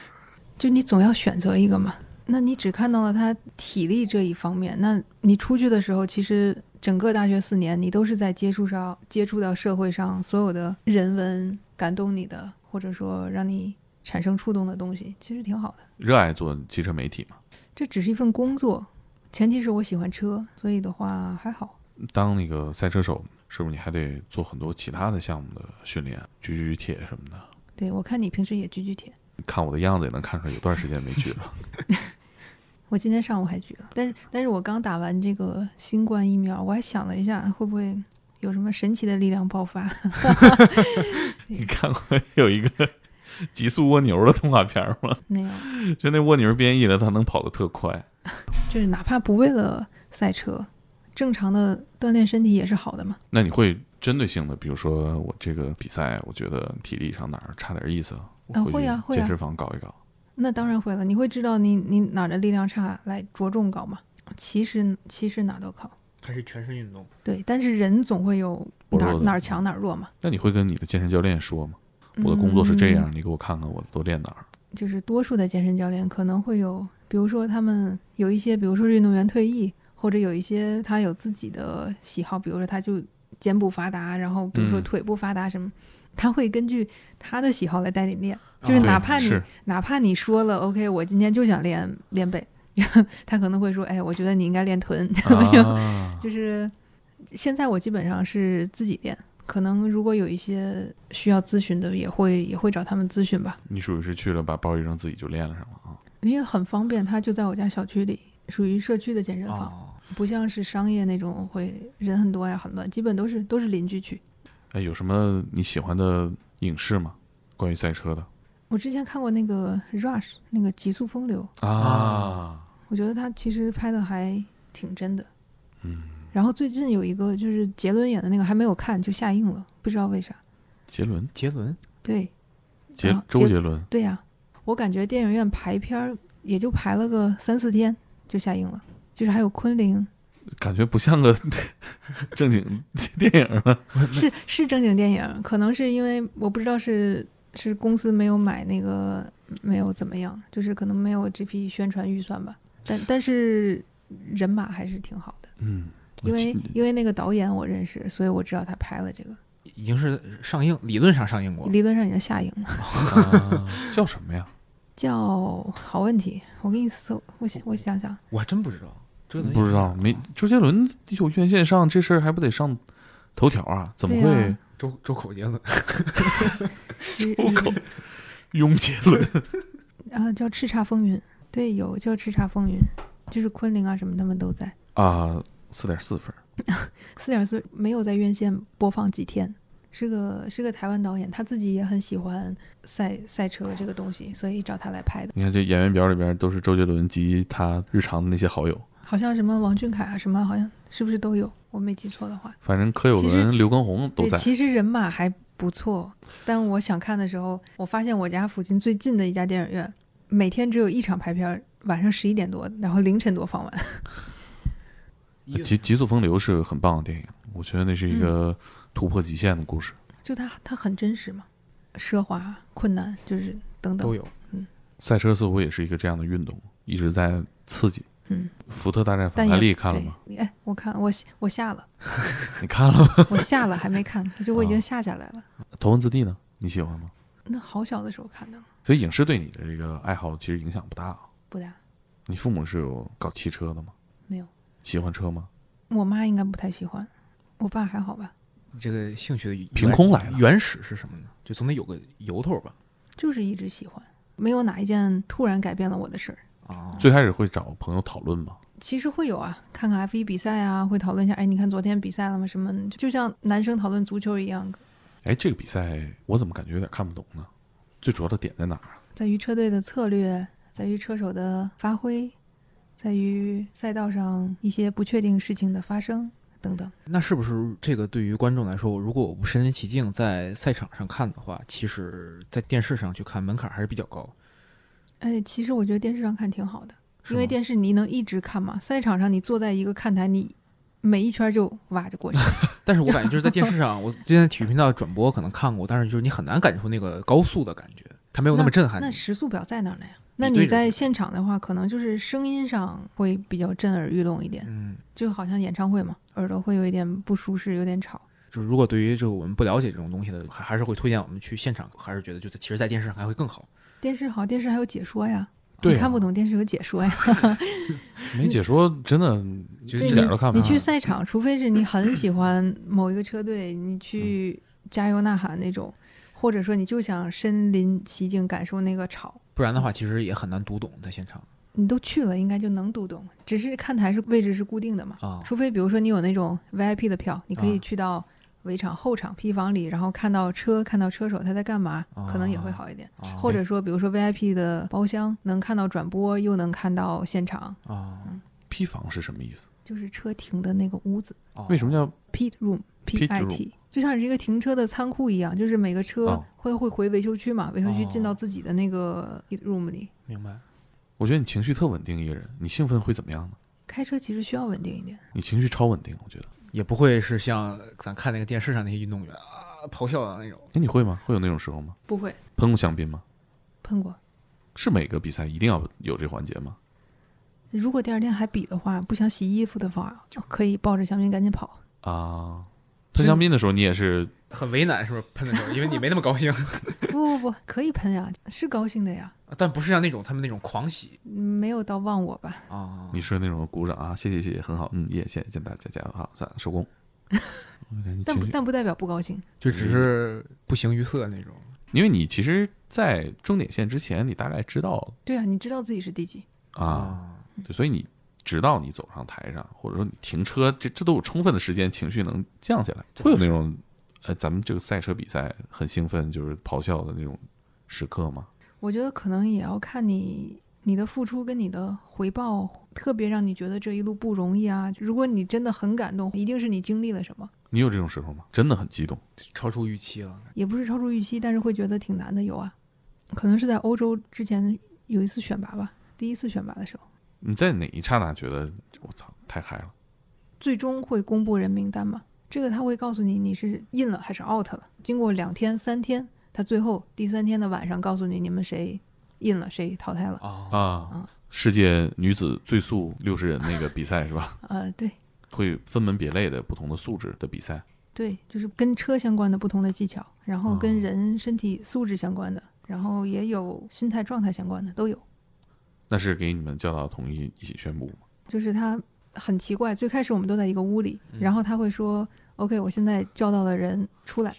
[SPEAKER 2] 就你总要选择一个嘛。那你只看到了他体力这一方面，那你出去的时候，其实整个大学四年，你都是在接触上接触到社会上所有的人文感动你的，或者说让你产生触动的东西，其实挺好的。
[SPEAKER 1] 热爱做汽车媒体嘛。
[SPEAKER 2] 这只是一份工作，前提是我喜欢车，所以的话还好。
[SPEAKER 1] 当那个赛车手，是不是你还得做很多其他的项目的训练，举举铁什么的？
[SPEAKER 2] 对我看你平时也举举铁，
[SPEAKER 1] 看我的样子也能看出来，有段时间没举 了。
[SPEAKER 2] 我今天上午还举了，但是但是我刚打完这个新冠疫苗，我还想了一下，会不会有什么神奇的力量爆发？
[SPEAKER 1] 你看过有一个极速蜗牛的动画片吗？
[SPEAKER 2] 没有，
[SPEAKER 1] 就那蜗牛变异了，它能跑得特快。
[SPEAKER 2] 就是哪怕不为了赛车，正常的锻炼身体也是好的嘛。
[SPEAKER 1] 那你会针对性的，比如说我这个比赛，我觉得体力上哪儿差点意思，我
[SPEAKER 2] 啊
[SPEAKER 1] 回
[SPEAKER 2] 会啊
[SPEAKER 1] 去
[SPEAKER 2] 会啊
[SPEAKER 1] 健身房搞一搞。
[SPEAKER 2] 那当然会了，你会知道你你哪儿的力量差来着重搞嘛。其实其实哪都靠，
[SPEAKER 3] 它是全身运动。
[SPEAKER 2] 对，但是人总会有
[SPEAKER 1] 薄
[SPEAKER 2] 哪
[SPEAKER 1] 弱
[SPEAKER 2] 儿
[SPEAKER 1] 的
[SPEAKER 2] 哪儿强哪儿弱嘛。
[SPEAKER 1] 那你会跟你的健身教练说吗？我的工作是这样，
[SPEAKER 2] 嗯
[SPEAKER 1] 你给我看看我都练 哪儿。
[SPEAKER 2] 就是多数的健身教练可能会有，比如说他们有一些，比如说是运动员退役，或者有一些他有自己的喜好，比如说他就肩不发达，然后比如说
[SPEAKER 1] 嗯
[SPEAKER 2] 腿不发达什么，他会根据他的喜好来带你练。就是
[SPEAKER 3] 对
[SPEAKER 2] 哪怕你、
[SPEAKER 1] 是
[SPEAKER 2] 哪怕你说了 OK，我今天就想练练背， 他可能会说，哎，我觉得你应该练臀，
[SPEAKER 1] 啊，
[SPEAKER 2] 就是现在我基本上是自己练。可能如果有一些需要咨询的，也会也会找他们咨询吧。
[SPEAKER 1] 你属于是去了，把包一扔，自己就练了上了啊。
[SPEAKER 2] 因为很方便，它就在我家小区里，属于社区的健身房，
[SPEAKER 3] 哦，
[SPEAKER 2] 不像是商业那种会人很多呀、很乱，基本都是都是邻居区。
[SPEAKER 1] 哎，有什么你喜欢的影视吗？关于赛车的
[SPEAKER 2] 我之前看过那个 Rush 那个《极速风流》，
[SPEAKER 1] 啊
[SPEAKER 3] 啊，
[SPEAKER 2] 我觉得他其实拍的还挺真的。
[SPEAKER 1] 嗯，
[SPEAKER 2] 然后最近有一个就是杰伦演的那个还没有看就下映了，不知道为啥。
[SPEAKER 1] 杰伦，
[SPEAKER 3] 杰伦
[SPEAKER 2] 对
[SPEAKER 1] 杰
[SPEAKER 2] 啊
[SPEAKER 1] 周
[SPEAKER 2] 杰
[SPEAKER 1] 杰伦，
[SPEAKER 2] 对呀、我感觉电影院排片儿也就排了个三四天就下映了，就是还有昆凌
[SPEAKER 1] 感觉不像个 正经 电影了。
[SPEAKER 2] 是是正经电影，可能是因为我不知道是是公司没有买那个没有怎么样，就是可能没有这批宣传预算吧。但但是人马还是挺好的，
[SPEAKER 1] 嗯，
[SPEAKER 2] 因为
[SPEAKER 1] 我记
[SPEAKER 2] 因为那个导演我认识，所以我知道他拍了这个，
[SPEAKER 3] 已经是上映，理论上上映过了。
[SPEAKER 2] 理论上已经下映了。
[SPEAKER 1] 啊叫什么呀？
[SPEAKER 2] 叫好问题，我给你搜，我想我想想，
[SPEAKER 3] 我还真不知道，周杰伦
[SPEAKER 1] 不知道，
[SPEAKER 3] 也是
[SPEAKER 1] 没周杰伦有院线上这事儿还不得上头条啊？怎么
[SPEAKER 2] 对
[SPEAKER 1] 会
[SPEAKER 2] 呀
[SPEAKER 3] 周周口杰伦，
[SPEAKER 2] 日
[SPEAKER 1] 周口拥杰 伦？
[SPEAKER 2] 啊叫《叱咤风云》，对，有叫《叱咤风云》，就是昆凌啊什么他们都在。
[SPEAKER 1] 啊，四点四分。
[SPEAKER 2] 四点四没有在院线播放几天，是个是个台湾导演，他自己也很喜欢赛赛车这个东西，所以找他来拍的。
[SPEAKER 1] 你看这演员表里边都是周杰伦及他日常的那些好友，
[SPEAKER 2] 好像什么王俊凯啊，什么好像是不是都有？我没记错的话，
[SPEAKER 1] 反正柯有
[SPEAKER 2] 其实
[SPEAKER 1] 伦、刘畊宏都
[SPEAKER 2] 对，
[SPEAKER 1] 在。
[SPEAKER 2] 其实人马还不错，但我想看的时候，我发现我家附近最近的一家电影院，每天只有一场排片，晚上十一点多，然后凌晨多放完。
[SPEAKER 1] 《极极速风流》是个很棒的电影，我觉得那是一
[SPEAKER 2] 嗯
[SPEAKER 1] 个突破极限的故事。
[SPEAKER 2] 就它它很真实嘛，奢华、困难，就是等等
[SPEAKER 3] 都有。
[SPEAKER 1] 赛车似乎也是一个这样的运动，一直在刺激。
[SPEAKER 2] 嗯，
[SPEAKER 1] 福特大战反
[SPEAKER 2] 但也
[SPEAKER 1] 派力看了吗？？
[SPEAKER 2] 对哎，我看我我下了，
[SPEAKER 1] 你看了吗？
[SPEAKER 2] 我下了还没看，就我已经下下来了。
[SPEAKER 1] 头文字 D 呢？你喜欢吗？
[SPEAKER 2] 那好小的时候看的，
[SPEAKER 1] 所以影视对你的这个爱好其实影响不大啊。
[SPEAKER 2] 不大
[SPEAKER 1] 你父母是有搞汽车的吗？
[SPEAKER 2] 没有。
[SPEAKER 1] 喜欢车吗？
[SPEAKER 2] 我妈应该不太喜欢，我爸还好吧，
[SPEAKER 3] 这个兴趣的原
[SPEAKER 1] 凭空来的
[SPEAKER 3] 原始是什么呢？就总得有个由头吧。
[SPEAKER 2] 就是一直喜欢，没有哪一件突然改变了我的事儿。
[SPEAKER 3] 啊，
[SPEAKER 1] 最开始会找朋友讨论吗？
[SPEAKER 2] 其实会有啊，看看 F 一比赛啊，会讨论一下，哎，你看昨天比赛了吗？什么，就像男生讨论足球一样，
[SPEAKER 1] 哎，这个比赛我怎么感觉有点看不懂呢？最主要的点在哪儿啊？
[SPEAKER 2] 在于车队的策略，在于车手的发挥，在于赛道上一些不确定事情的发生等等。
[SPEAKER 3] 那是不是这个对于观众来说，如果我不身临其境在赛场上看的话，其实在电视上去看门槛还是比较高，
[SPEAKER 2] 哎，其实我觉得电视上看挺好的，
[SPEAKER 3] 是
[SPEAKER 2] 因为
[SPEAKER 3] 吗
[SPEAKER 2] 电视你能一直看嘛。赛场上你坐在一个看台，你每一圈就挖就过去了。
[SPEAKER 3] 但是我感觉就是在电 视上，我之前在体育频道转播可能看过，但是就是你很难感受那个高速的感觉，它没有那么震撼
[SPEAKER 2] 那
[SPEAKER 3] 你。
[SPEAKER 2] 时速表在哪儿呢呀？那
[SPEAKER 3] 你对
[SPEAKER 2] 你
[SPEAKER 3] 着
[SPEAKER 2] 在
[SPEAKER 3] 就
[SPEAKER 2] 现场的话，可能就是声音上会比较震耳欲聋一点，
[SPEAKER 3] 嗯，
[SPEAKER 2] 就好像演唱会嘛，耳朵会有一点不舒适，有点吵。
[SPEAKER 3] 就是如果对于就我们不了解这种东西的，还还是会推荐我们去现场，还是觉得就是其实，在电视上还会更好。
[SPEAKER 2] 电视好，电视还有解说呀，
[SPEAKER 1] 对啊啊
[SPEAKER 2] 你看不懂电视有解说呀。
[SPEAKER 1] 没解说，真的
[SPEAKER 3] 就
[SPEAKER 2] 嗯
[SPEAKER 3] 是
[SPEAKER 2] 对
[SPEAKER 1] 一点儿都看不懂。啊
[SPEAKER 2] 你。你去赛场，除非是你很喜欢某一个车队，你去加油呐喊那种，或者说你就想身临其境感受那个吵，
[SPEAKER 3] 不然的话，其实也很难读懂在现场
[SPEAKER 2] 你都去了，应该就能读懂。只是看台是位置是固定的嘛，
[SPEAKER 1] 哦
[SPEAKER 3] 啊。
[SPEAKER 2] 除非比如说你有那种 VIP 的票，你可以
[SPEAKER 3] 啊
[SPEAKER 2] 去到围场后场批房里，然后看到车，看到车手他在干嘛，可能也
[SPEAKER 1] 哦
[SPEAKER 2] 会好一点。
[SPEAKER 3] 啊
[SPEAKER 2] 或者说，比如说 VIP 的包厢，能看到转播，又能看到现场，
[SPEAKER 3] 啊，
[SPEAKER 1] 批房是什么意思？
[SPEAKER 2] 就是车停的那个屋子
[SPEAKER 3] 啊
[SPEAKER 1] 为什么叫
[SPEAKER 2] （pit room，p
[SPEAKER 1] Pit
[SPEAKER 2] i
[SPEAKER 1] room
[SPEAKER 2] t），就像是一个停车的仓库一样，就是每个车
[SPEAKER 1] 哦
[SPEAKER 2] 会会回维修区嘛，维修区进
[SPEAKER 3] 哦
[SPEAKER 2] 到自己的那个 pit room 里。
[SPEAKER 3] 明白？
[SPEAKER 1] 我觉得你情绪特稳定，一个人，你兴奋会怎么样呢？
[SPEAKER 2] 开车其实需要稳定一点，
[SPEAKER 1] 你情绪超稳定，我觉得。
[SPEAKER 3] 也不会是像咱看那个电视上那些运动员啊咆哮的那种。
[SPEAKER 1] 哎，你会吗？会有那种时候吗？
[SPEAKER 2] 不会
[SPEAKER 1] 喷过香槟吗？
[SPEAKER 2] 喷过。
[SPEAKER 1] 是每个比赛一定要有这环节吗？
[SPEAKER 2] 如果第二天还比的话，不想洗衣服的话，就可以抱着香槟赶紧跑。
[SPEAKER 1] 啊，
[SPEAKER 3] 真
[SPEAKER 1] 喷香槟的时候你也是
[SPEAKER 3] 很为难，是不是喷的时候？因为你没那么高兴，
[SPEAKER 2] 不 不不，可以喷呀，是高兴的呀，
[SPEAKER 3] 但不是像那种他们那种狂喜
[SPEAKER 2] 嗯没有到忘我吧？
[SPEAKER 3] 啊
[SPEAKER 1] 你是那种鼓掌啊，谢谢谢谢，很好，嗯，也谢谢大家加油，好，算了收工。 我感觉你
[SPEAKER 2] 但不
[SPEAKER 1] 情绪
[SPEAKER 2] 但不代表不高兴，
[SPEAKER 3] 就只是不形于色那种。
[SPEAKER 1] 因为你其实，在终点线之前，你大概知道
[SPEAKER 2] 对啊，你知道自己是第几，
[SPEAKER 1] 啊，对所以你直到你走上台上，或者说你停车，这这都有充分的时间，情绪能降下来，会有那种呃，咱们这个赛车比赛很兴奋，就是咆哮的那种时刻吗？
[SPEAKER 2] 我觉得可能也要看你你的付出跟你的回报，特别让你觉得这一路不容易啊。如果你真的很感动，一定是你经历了什么，
[SPEAKER 1] 你有这种时候吗？真的很激动，
[SPEAKER 3] 超出预期了。
[SPEAKER 2] 也不是超出预期，但是会觉得挺难的。有啊，可能是在欧洲之前有一次选拔吧，第一次选拔的时候，
[SPEAKER 1] 你在哪一刹那觉得我操太嗨了？
[SPEAKER 2] 最终会公布人名单嘛？这个他会告诉你你是 in 了还是 out 了。经过两天、三天，他最后第三天的晚上告诉你你们谁 in 了，谁淘汰了。
[SPEAKER 3] 啊
[SPEAKER 1] 啊
[SPEAKER 2] 嗯！
[SPEAKER 1] 世界女子最速六十人那个比赛是吧？
[SPEAKER 2] 呃，对
[SPEAKER 1] 会分门别类的不同的素质的比赛。
[SPEAKER 2] 对，就是跟车相关的不同的技巧，然后跟人身体素质相关的，然后也有心态状态相关的都有。
[SPEAKER 1] 那是给你们教导同意一起宣布吗？
[SPEAKER 2] 就是他很奇怪，最开始我们都在一个屋里，
[SPEAKER 3] 嗯
[SPEAKER 2] 然后他会说：“OK，我现在叫到了人出来。”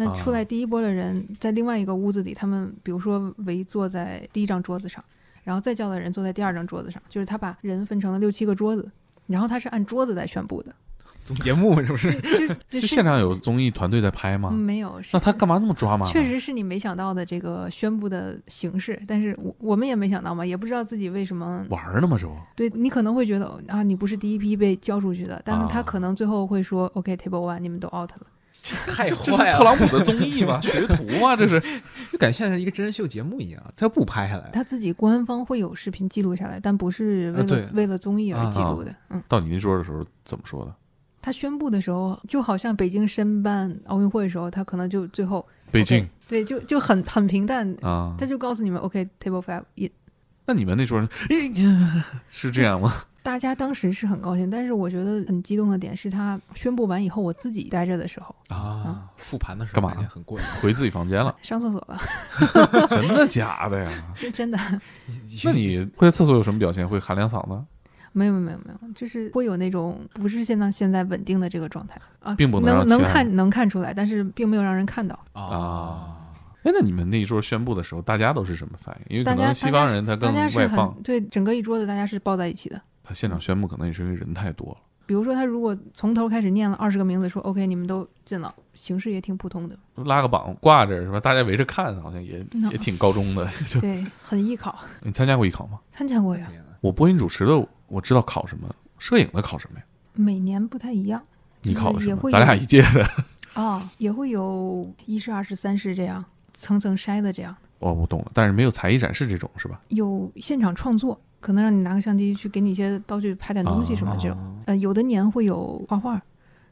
[SPEAKER 2] 那
[SPEAKER 1] 啊
[SPEAKER 2] 出来第一波的人在另外一个屋子里，他们比如说围坐在第一张桌子上，然后再叫的人坐在第二张桌子上，就是他把人分成了六七个桌子，然后他是按桌子来宣布的，
[SPEAKER 3] 综艺节目是不是？
[SPEAKER 2] 这
[SPEAKER 1] 就
[SPEAKER 2] 这
[SPEAKER 1] 是现场有综艺团队在拍吗
[SPEAKER 2] 嗯？没有，是
[SPEAKER 1] 那他干嘛那么抓马呢？
[SPEAKER 2] 确实是你没想到的这个宣布的形式，但是我我们也没想到嘛，也不知道自己为什么。
[SPEAKER 1] 玩儿呢嘛，这不
[SPEAKER 2] 对你可能会觉得啊，你不是第一批被交出去的，但是
[SPEAKER 1] 啊
[SPEAKER 2] 他可能最后会说、o k table one，你们都 out 了。
[SPEAKER 3] 太
[SPEAKER 2] 哎
[SPEAKER 1] 这这
[SPEAKER 2] 啊
[SPEAKER 1] 是特朗普 的综艺 吗？学徒吗？这是
[SPEAKER 3] 就感觉像一个真人秀节目一样，他要不拍下来，
[SPEAKER 2] 他自己官方会有视频记录下来，但不是为
[SPEAKER 3] 啊
[SPEAKER 2] 了、
[SPEAKER 3] 对啊
[SPEAKER 2] 为了综艺而记录的。嗯，
[SPEAKER 1] 到你那桌的时候怎么说的？
[SPEAKER 2] 他宣布的时候，就好像北京申办奥运会的时候，他可能就最后
[SPEAKER 1] 北京
[SPEAKER 2] OK，对，就就很很平淡，
[SPEAKER 1] 啊
[SPEAKER 2] 他，就告诉你们 OK table five，也
[SPEAKER 1] 那你们那桌人哎呀是这样 吗？
[SPEAKER 2] 大家当时是很高兴，但是我觉得很激动的点是他宣布完以后，我自己待着的时候
[SPEAKER 3] 啊，复盘的时
[SPEAKER 1] 干
[SPEAKER 3] 候
[SPEAKER 1] 嘛
[SPEAKER 3] 感觉很过瘾。
[SPEAKER 1] 回自己房间了，
[SPEAKER 2] 上厕所了，
[SPEAKER 1] 真的假的呀？
[SPEAKER 2] 就真的
[SPEAKER 1] 那你会在厕所有什么表现？会喊两嗓子，
[SPEAKER 2] 没有没有没有，就是会有那种不是现在现在稳定的这个状态啊，
[SPEAKER 1] 嗯并不能
[SPEAKER 2] 能
[SPEAKER 1] 让
[SPEAKER 2] 能
[SPEAKER 1] 其他人
[SPEAKER 2] 看能看出来，但是并没有让人看到。
[SPEAKER 1] 啊哎，那你们那一桌宣布的时候，大家都是什么反应？因为可
[SPEAKER 2] 大家
[SPEAKER 1] 能西方人他更
[SPEAKER 2] 大家是
[SPEAKER 1] 外放
[SPEAKER 2] 很，对整个一桌子大家是抱在一起的。
[SPEAKER 1] 他现场宣布可能也是因为人太多了。
[SPEAKER 2] 比如说他如果从头开始念了二十个名字，说 OK 你们都进了，形式也挺普通的，
[SPEAKER 1] 拉个榜挂着是吧？大家围着看，好像也
[SPEAKER 2] 嗯
[SPEAKER 1] 也挺高中的。 就
[SPEAKER 2] 对，很艺考，
[SPEAKER 1] 你参加过艺考吗？
[SPEAKER 2] 参加过呀，
[SPEAKER 1] 我播音主持的，我知道考什么，摄影的考什么呀？
[SPEAKER 2] 每年不太一样。
[SPEAKER 1] 你考的
[SPEAKER 2] 嗯
[SPEAKER 1] 什
[SPEAKER 2] 也
[SPEAKER 1] 么？
[SPEAKER 2] 会
[SPEAKER 1] 咱俩
[SPEAKER 2] 有
[SPEAKER 1] 一届的。
[SPEAKER 2] 哦，也会有一试、二试、三试这样层层筛的这样，
[SPEAKER 1] 哦，我懂了，但是没有才艺展示这种是吧？
[SPEAKER 2] 有现场创作，可能让你拿个相机去给你一些道具拍点东西什
[SPEAKER 1] 哦
[SPEAKER 2] 么这种。
[SPEAKER 3] 种
[SPEAKER 2] 呃，有的年会有画画，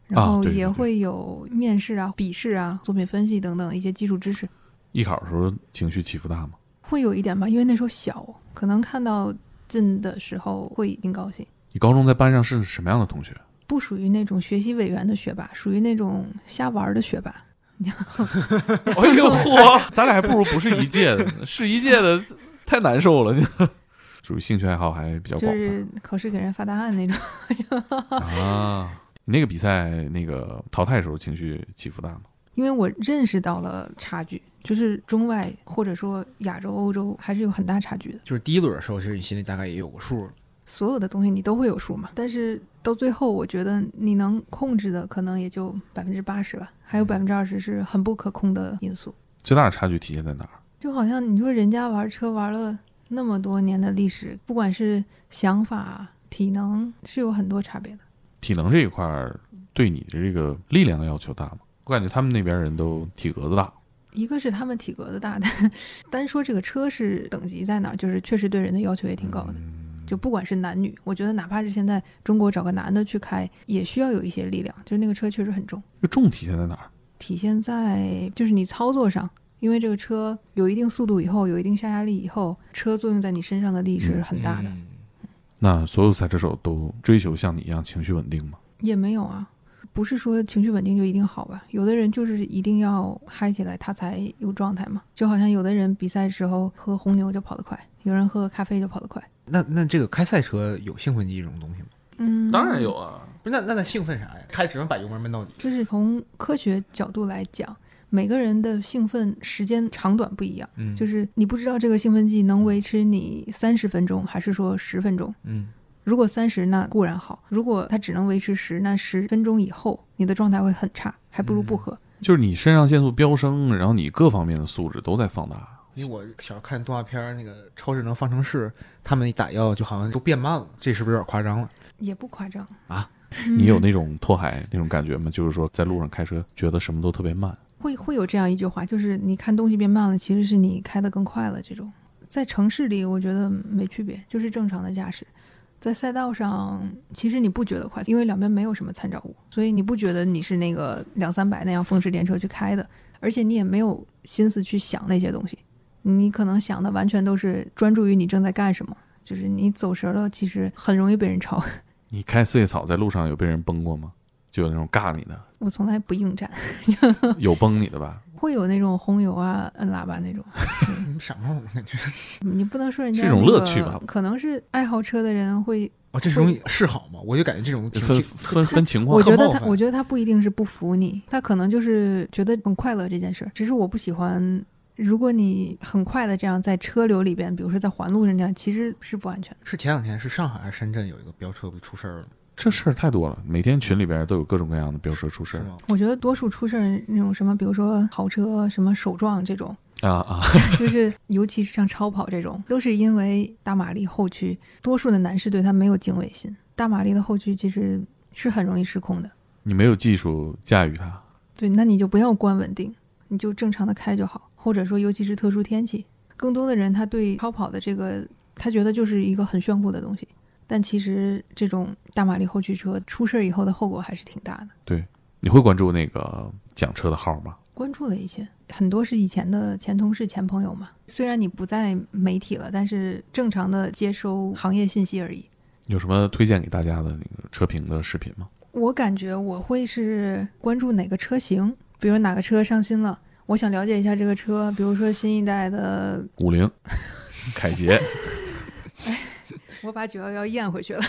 [SPEAKER 2] 然
[SPEAKER 1] 啊
[SPEAKER 2] 后
[SPEAKER 1] 对对
[SPEAKER 2] 也
[SPEAKER 1] 对
[SPEAKER 2] 会有面试啊、笔试啊、作品分析等等一些基础知识，
[SPEAKER 1] 艺考的时候情绪起伏大吗？
[SPEAKER 2] 会有一点吧，因为那时候小，可能看到进的时候会挺高兴。
[SPEAKER 1] 你高中在班上是什么样的同学？
[SPEAKER 2] 不属于那种学习委员的学霸，属于那种瞎玩儿的学霸。
[SPEAKER 1] 哎 呦嚯， 咱俩还不如不是一届的，是一届的太难受了。属于兴趣爱好还比较
[SPEAKER 2] 就
[SPEAKER 1] 广泛。
[SPEAKER 2] 是考试给人发答案那种。
[SPEAKER 1] 啊，你那个比赛那个淘汰的时候情绪起伏大吗？
[SPEAKER 2] 因为我认识到了差距，就是中外或者说亚洲、欧洲还是有很大差距的。
[SPEAKER 3] 就是第一轮的时候，其实你心里大概也有个数了。
[SPEAKER 2] 所有的东西你都会有数嘛，但是到最后，我觉得你能控制的可能也就百分之八十吧，还有百分之二十是很不可控的因素。
[SPEAKER 1] 最大的差距体现在哪儿？
[SPEAKER 2] 就好像你说人家玩车玩了那么多年的历史，不管是想法、体能，是有很多差别的。
[SPEAKER 1] 体能这一块儿对你的这个力量要求大吗？我感觉他们那边人都体格子大，
[SPEAKER 2] 一个是他们体格子大，但 单说这个车是等级在哪儿，就是确实对人的要求也挺高的。就不管是男女，我觉得哪怕是现在中国找个男的去开，也需要有一些力量，就是那个车确实很重，
[SPEAKER 1] 这重体现在哪儿？
[SPEAKER 2] 体现在就是你操作上，因为这个车有一定速度以后，有一定下压力以后，车作用在你身上的力是很大的。
[SPEAKER 3] 嗯
[SPEAKER 1] 那所有赛车手都追求像你一样情绪稳定吗？
[SPEAKER 2] 也没有啊，不是说情绪稳定就一定好吧？有的人就是一定要嗨起来，他才有状态嘛。就好像有的人比赛时候喝红牛就跑得快，有人喝咖啡就跑得快。
[SPEAKER 3] 那那这个开赛车有兴奋剂这种东西吗？
[SPEAKER 2] 嗯，。
[SPEAKER 1] 啊，
[SPEAKER 3] 不是，那那那兴奋啥呀？开只能把油门闷到底。
[SPEAKER 2] 就是从科学角度来讲，每个人的兴奋时间长短不一样。
[SPEAKER 3] 嗯，
[SPEAKER 2] 就是是你不知道这个兴奋剂能维持你三十分钟，还是说十分钟。
[SPEAKER 3] 嗯，
[SPEAKER 2] 如果三十，那固然好；如果它只能维持十，那十分钟以后你的状态会很差，还不如
[SPEAKER 1] 嗯
[SPEAKER 2] 不喝。
[SPEAKER 1] 就是你肾上腺素飙升，然后你各方面的素质都在放大。
[SPEAKER 3] 因为我小时候看动画片儿那个《超智能方程式》，他们一打药就好像都变慢了，这是不是有点夸张了？
[SPEAKER 2] 也不夸张
[SPEAKER 3] 啊。
[SPEAKER 2] 嗯
[SPEAKER 1] 你有那种拓海那种感觉吗？就是说在路上开车，觉得什么都特别慢。
[SPEAKER 2] 会会有这样一句话，就是你看东西变慢了，其实是你开得更快了。这种在城市里，我觉得没区别，就是正常的驾驶。在赛道上，其实你不觉得快，因为两边没有什么参照物，所以你不觉得你是那个两三百那样风驰电掣去开的，而且你也没有心思去想那些东西，你可能想的完全都是专注于你正在干什么，就是你走神了，其实很容易被人超。
[SPEAKER 1] 你开四叶草在路上有被人崩过吗？就有那种尬你 的，
[SPEAKER 2] 我从来不应战，
[SPEAKER 1] 有崩你的吧？
[SPEAKER 2] 会有那种红油啊、摁喇叭那种。
[SPEAKER 3] 你们傻帽吗？感觉
[SPEAKER 2] 你不能说人家、
[SPEAKER 1] 是一
[SPEAKER 2] 那
[SPEAKER 1] 种
[SPEAKER 2] 个、
[SPEAKER 1] 乐趣吧
[SPEAKER 2] 可能是爱好车的人会，
[SPEAKER 3] 哦，这种是好吗？我就感觉这种 挺
[SPEAKER 1] 分
[SPEAKER 3] 挺
[SPEAKER 1] 分分情况
[SPEAKER 2] 我觉得
[SPEAKER 3] 冒
[SPEAKER 2] 他，
[SPEAKER 3] 犯
[SPEAKER 2] 我觉得他不一定是不服你，他可能就是觉得很快乐这件事儿。只是我不喜欢，如果你很快的这样在车流里边，比如说在环路上这样，其实是不安全的。
[SPEAKER 3] 是前两天是上海还是深圳有一个飙车不出事儿了吗？
[SPEAKER 1] 这事儿太多了，每天群里边都有各种各样的飙车出事
[SPEAKER 3] 是
[SPEAKER 1] 儿
[SPEAKER 3] 吗？
[SPEAKER 2] 我觉得多数出事儿那种什么，比如说豪车、什么手撞这种，
[SPEAKER 1] 啊啊！
[SPEAKER 2] 就是 尤其是像超跑这种，都是因为大马力后驱，多数的男士对它没有敬畏心。大马力的后驱其实是很容易失控的，
[SPEAKER 1] 你没有技术驾驭它，
[SPEAKER 2] 对，那你就不要关稳定，你就正常的开就好。或者说，尤其是特殊天气，更多的人他对超跑的这个，他觉得就是一个很炫酷的东西，但其实这种大马力后驱车出事儿以后的后果还是挺大的。
[SPEAKER 1] 你会关注那个讲车的号吗？
[SPEAKER 2] 关注了一些，很多是以前的前同事、前朋友嘛。虽然你不在媒体了，但是正常的接收行业信息而已。
[SPEAKER 1] 有什么推荐给大家的那个车评的视频吗？
[SPEAKER 2] 我感觉我会是关注哪个车型，比如哪个车上新了，我想了解一下这个车，比如说新一代的，
[SPEAKER 1] 五菱、凯捷、
[SPEAKER 2] 我把九幺幺咽回 去了。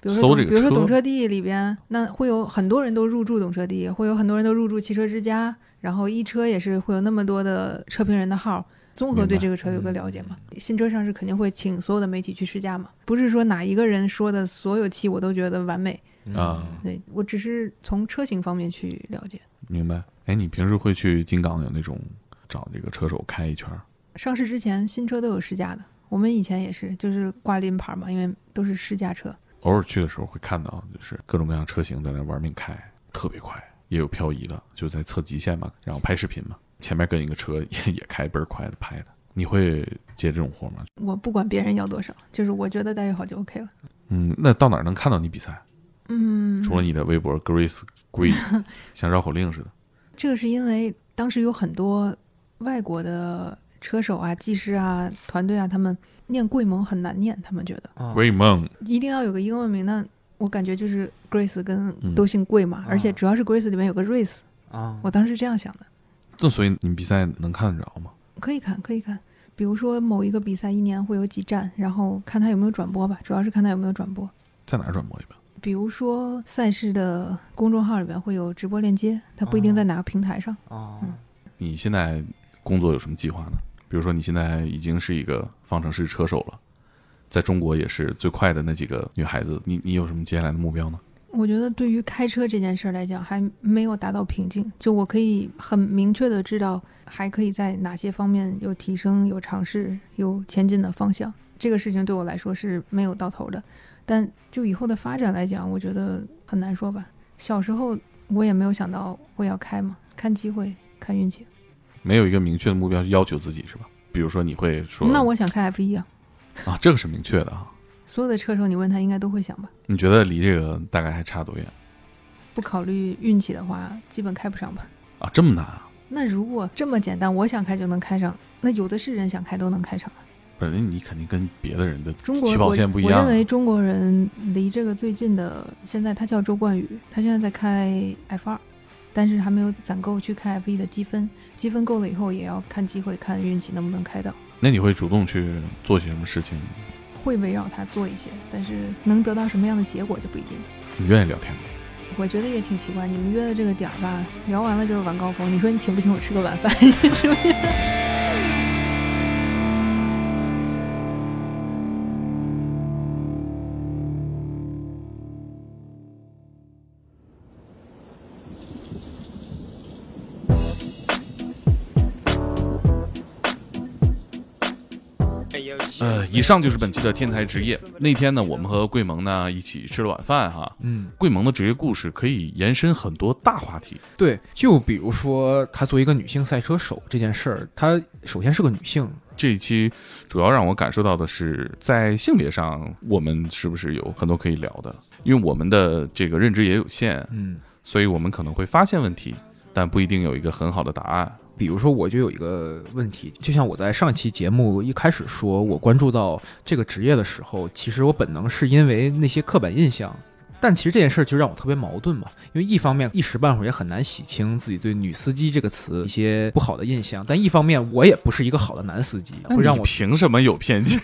[SPEAKER 2] 比如
[SPEAKER 1] 搜
[SPEAKER 2] 说
[SPEAKER 1] 这个
[SPEAKER 2] 懂，比如说
[SPEAKER 1] 车
[SPEAKER 2] 懂车帝里边，那会有很多人都入驻懂车帝，会有很多人都入驻汽车之家，然后一车也是会有那么多的车评人的号，综合
[SPEAKER 1] 明
[SPEAKER 2] 对
[SPEAKER 1] 白嗯
[SPEAKER 2] 这个车有个了解嘛。新车上市肯定会请所有的媒体去试驾嘛，不是说哪一个人说的所有期我都觉得完美，
[SPEAKER 3] 嗯
[SPEAKER 1] 啊
[SPEAKER 2] 对我只是从车型方面去了解。
[SPEAKER 1] 明白？哎，你平时会去金港有那种找这个车手开一圈儿？
[SPEAKER 2] 上市之前新车都有试驾的，我们以前也是，就是挂临牌嘛，因为都是试驾车。
[SPEAKER 1] 偶尔去的时候会看到，就是各种各样车型在那玩命开，特别快，也有漂移的，就在测极限嘛，然后拍视频嘛，前面跟一个车 也也开倍儿快的拍的。你会接这种活吗？
[SPEAKER 2] 我不管别人要多少，就是我觉得待遇好就 OK 了。
[SPEAKER 1] 嗯，那到哪儿能看到你比赛？
[SPEAKER 2] 嗯，
[SPEAKER 1] 除了你的微博 Grace Green，像绕口令似的。
[SPEAKER 2] 这个是因为当时有很多外国的车手啊、技师啊、团队啊，他们念贵盟很难念，他们觉得
[SPEAKER 3] 啊
[SPEAKER 1] g r a m o n
[SPEAKER 2] 一定要有个英文名。那我感觉就是 Grace
[SPEAKER 1] 嗯
[SPEAKER 2] 跟都姓贵嘛，
[SPEAKER 3] 啊
[SPEAKER 2] 而且主要是 Grace 里面有个 Race，
[SPEAKER 3] 啊
[SPEAKER 2] 我当时这样想的。
[SPEAKER 1] 那所以你比赛能看得着吗？
[SPEAKER 2] 可以看，可以看。比如说某一个比赛一年会有几站，然后看他有没有转播吧，主要是看他有没有转播。
[SPEAKER 1] 在哪儿转播一般？
[SPEAKER 2] 比如说赛事的公众号里边会有直播链接，它不一定在哪个平台上。
[SPEAKER 3] 啊
[SPEAKER 2] 嗯
[SPEAKER 1] 你现在工作有什么计划呢？比如说你现在已经是一个方程式车手了，在中国也是最快的那几个女孩子，你你有什么接下来的目标呢？
[SPEAKER 2] 我觉得对于开车这件事儿来讲，还没有达到瓶颈。就我可以很明确的知道，还可以在哪些方面有提升、有尝试、有前进的方向。这个事情对我来说是没有到头的。但就以后的发展来讲，我觉得很难说吧。小时候我也没有想到会要开嘛，看机会，看运气。
[SPEAKER 1] 没有一个明确的目标去要求自己是吧？比如说你会说，
[SPEAKER 2] 那我想开 F 1啊，
[SPEAKER 1] 啊，这个是明确的啊。
[SPEAKER 2] 所有的车手你问他应该都会想吧。
[SPEAKER 1] 你觉得离这个大概还差多远
[SPEAKER 2] 不考虑运气的话，基本开不上吧。
[SPEAKER 1] 啊？这么难啊？
[SPEAKER 2] 那如果这么简单，我想开就能开上，那有的是人想开都能开上。
[SPEAKER 1] 本来你肯定跟别的人的
[SPEAKER 2] 中国
[SPEAKER 1] 起跑线不一
[SPEAKER 2] 我。
[SPEAKER 1] 样
[SPEAKER 2] 我
[SPEAKER 1] 啊
[SPEAKER 2] 认为中国人离这个最近的，现在他叫周冠宇，他现在在开 F 二，但是还没有攒够去开 F 一的积分。积分够了以后，也要看机会、看运气能不能开到。
[SPEAKER 1] 那你会主动去做些什么事情？
[SPEAKER 2] 会围绕他做一些，但是能得到什么样的结果就不一定。
[SPEAKER 1] 你愿意聊天吗？
[SPEAKER 2] 我觉得也挺奇怪，你们约的这个点儿吧，聊完了就是晚高峰。你说你请不请我吃个晚饭？ 是不是？
[SPEAKER 1] 呃，以上就是本期的天才职业。那天呢，我们和桂萌呢一起吃了晚饭哈。
[SPEAKER 3] 嗯，
[SPEAKER 1] 桂萌的职业故事可以延伸很多大话题，
[SPEAKER 3] 对，就比如说她作为一个女性赛车手这件事儿，她首先是个女性，
[SPEAKER 1] 这一期主要让我感受到的是，在性别上，我们是不是有很多可以聊的？因为我们的这个认知也有限，
[SPEAKER 3] 嗯，
[SPEAKER 1] 所以我们可能会发现问题，但不一定有一个很好的答案。
[SPEAKER 3] 比如说，我就有一个问题，就像我在上期节目一开始说，我关注到这个职业的时候，其实我本能是因为那些刻板印象，但其实这件事儿就让我特别矛盾嘛，因为一方面一时半会儿也很难洗清自己对“女司机”这个词一些不好的印象，但一方面我也不是一个好的男司机，会让
[SPEAKER 1] 你
[SPEAKER 3] 我
[SPEAKER 1] 凭什么有偏 见？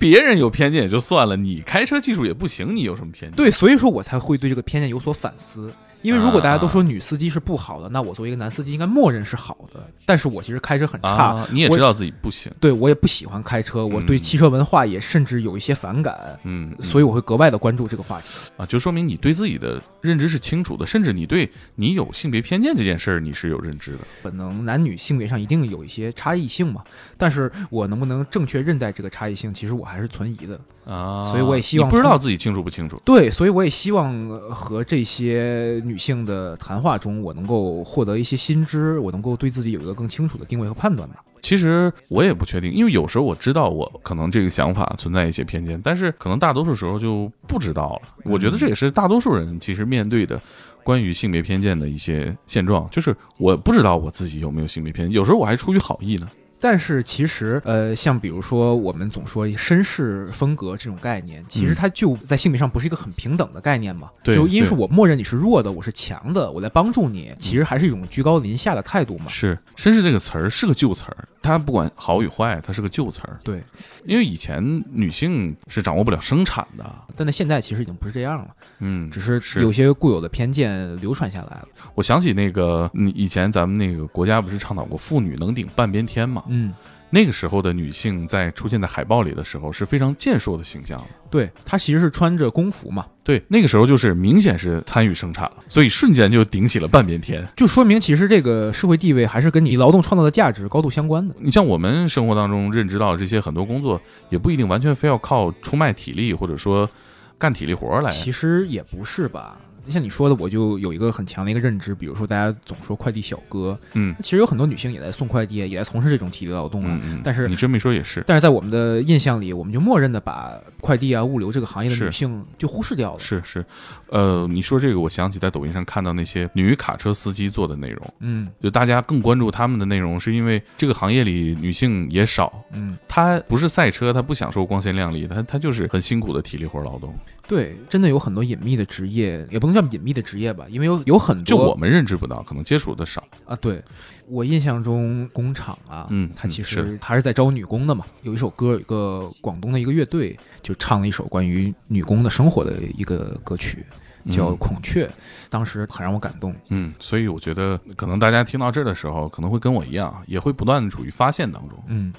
[SPEAKER 1] 别人有偏见也就算了，你开车技术也不行，你有什么偏见？
[SPEAKER 3] 对，所以说我才会对这个偏见有所反思。因为如果大
[SPEAKER 1] 啊
[SPEAKER 3] 家都说女司机是不好的，那我作为一个男司机应该默认是好的。但是我其实开车很差，
[SPEAKER 1] 啊，你也
[SPEAKER 3] 我
[SPEAKER 1] 知道自己不行，
[SPEAKER 3] 对我也不喜欢开车，我对
[SPEAKER 1] 嗯
[SPEAKER 3] 汽车文化也甚至有一些反感，
[SPEAKER 1] 嗯，嗯
[SPEAKER 3] 所以我会格外的关注这个话题。
[SPEAKER 1] 啊，就说明你对自己的认知是清楚的，甚至你对你有性别偏见这件事儿你是有认知的。
[SPEAKER 3] 本能男女性别上一定有一些差异性嘛，但是我能不能正确认待这个差异性，其实我还是存疑的。
[SPEAKER 1] 啊，
[SPEAKER 3] 所以我也希望
[SPEAKER 1] 你不知道自己清楚不清楚。
[SPEAKER 3] 对，所以我也希望呃和这些女性的谈话中，我能够获得一些新知，我能够对自己有一个更清楚的定位和判断吧。
[SPEAKER 1] 其实我也不确定，因为有时候我知道我可能这个想法存在一些偏见，但是可能大多数时候就不知道了。
[SPEAKER 3] 嗯
[SPEAKER 1] 我觉得这也是大多数人其实面对的关于性别偏见的一些现状，就是我不知道我自己有没有性别偏见，有时候我还出于好意呢。
[SPEAKER 3] 但是其实，呃，像比如说我们总说绅士风格这种概念，其实
[SPEAKER 1] 嗯
[SPEAKER 3] 它就在性别上不是一个很平等的概念嘛。
[SPEAKER 1] 对
[SPEAKER 3] 就因为是
[SPEAKER 1] 对嗯
[SPEAKER 3] 我默认你是弱的，我是强的，我来帮助你，其实还是一种居高临下的态度嘛。
[SPEAKER 1] 是“绅士”这个词儿是个旧词儿，它不管好与坏，它是个旧词儿。
[SPEAKER 3] 对，
[SPEAKER 1] 因为以前女性是掌握不了生产的，
[SPEAKER 3] 但在现在其实已经不是这样了，
[SPEAKER 1] 嗯，
[SPEAKER 3] 只是
[SPEAKER 1] 是
[SPEAKER 3] 有些固有的偏见流传下来了。
[SPEAKER 1] 我想起那个，你以前咱们那个国家不是倡导过妇女能顶半边天嘛？
[SPEAKER 3] 嗯，
[SPEAKER 1] 那个时候的女性在出现在海报里的时候是非常健硕的形象的。
[SPEAKER 3] 对，她其实是穿着工服嘛，
[SPEAKER 1] 对，那个时候就是明显是参与生产了，所以瞬间就顶起了半边天。
[SPEAKER 3] 就说明其实这个社会地位还是跟你劳动创造的价值高度相关的。
[SPEAKER 1] 你像我们生活当中认知到的这些很多工作，也不一定完全非要靠出卖体力或者说干体力活儿来。
[SPEAKER 3] 其实也不是吧。像你说的，我就有一个很强的一个认知，比如说大家总说快递小哥，
[SPEAKER 1] 嗯
[SPEAKER 3] 其实有很多女性也在送快递，啊也在从事这种体力劳动啊。
[SPEAKER 1] 嗯嗯，
[SPEAKER 3] 但是
[SPEAKER 1] 你这么一说也是，
[SPEAKER 3] 但是在我们的印象里，我们就默认的把快递啊、物流这个行业的
[SPEAKER 1] 是
[SPEAKER 3] 女性就忽视掉了。
[SPEAKER 1] 是是，呃，你说这个，我想起在抖音上看到那些女卡车司机做的内容。
[SPEAKER 3] 嗯
[SPEAKER 1] 就大家更关注他们的内容，是因为这个行业里女性也少，
[SPEAKER 3] 嗯，
[SPEAKER 1] 她不是赛车，她不享受光鲜亮丽，她她就是很辛苦的体力活劳动。
[SPEAKER 3] 对，真的有很多隐秘的职业，也不能叫隐秘的职业吧，因为有有很多
[SPEAKER 1] 就我们认知不到，可能接触的少。
[SPEAKER 3] 啊，对我印象中工厂啊，
[SPEAKER 1] 嗯
[SPEAKER 3] 它其
[SPEAKER 1] 嗯是
[SPEAKER 3] 实还是在招女工的嘛。有一首歌，有一个广东的一个乐队就唱了一首关于女工的生活的一个歌曲，叫
[SPEAKER 1] 嗯
[SPEAKER 3] 《孔雀》，当时很让我感动。
[SPEAKER 1] 嗯，所以我觉得可能大家听到这儿的时候，可能会跟我一样，也会不断的处于发现当中。
[SPEAKER 3] 嗯，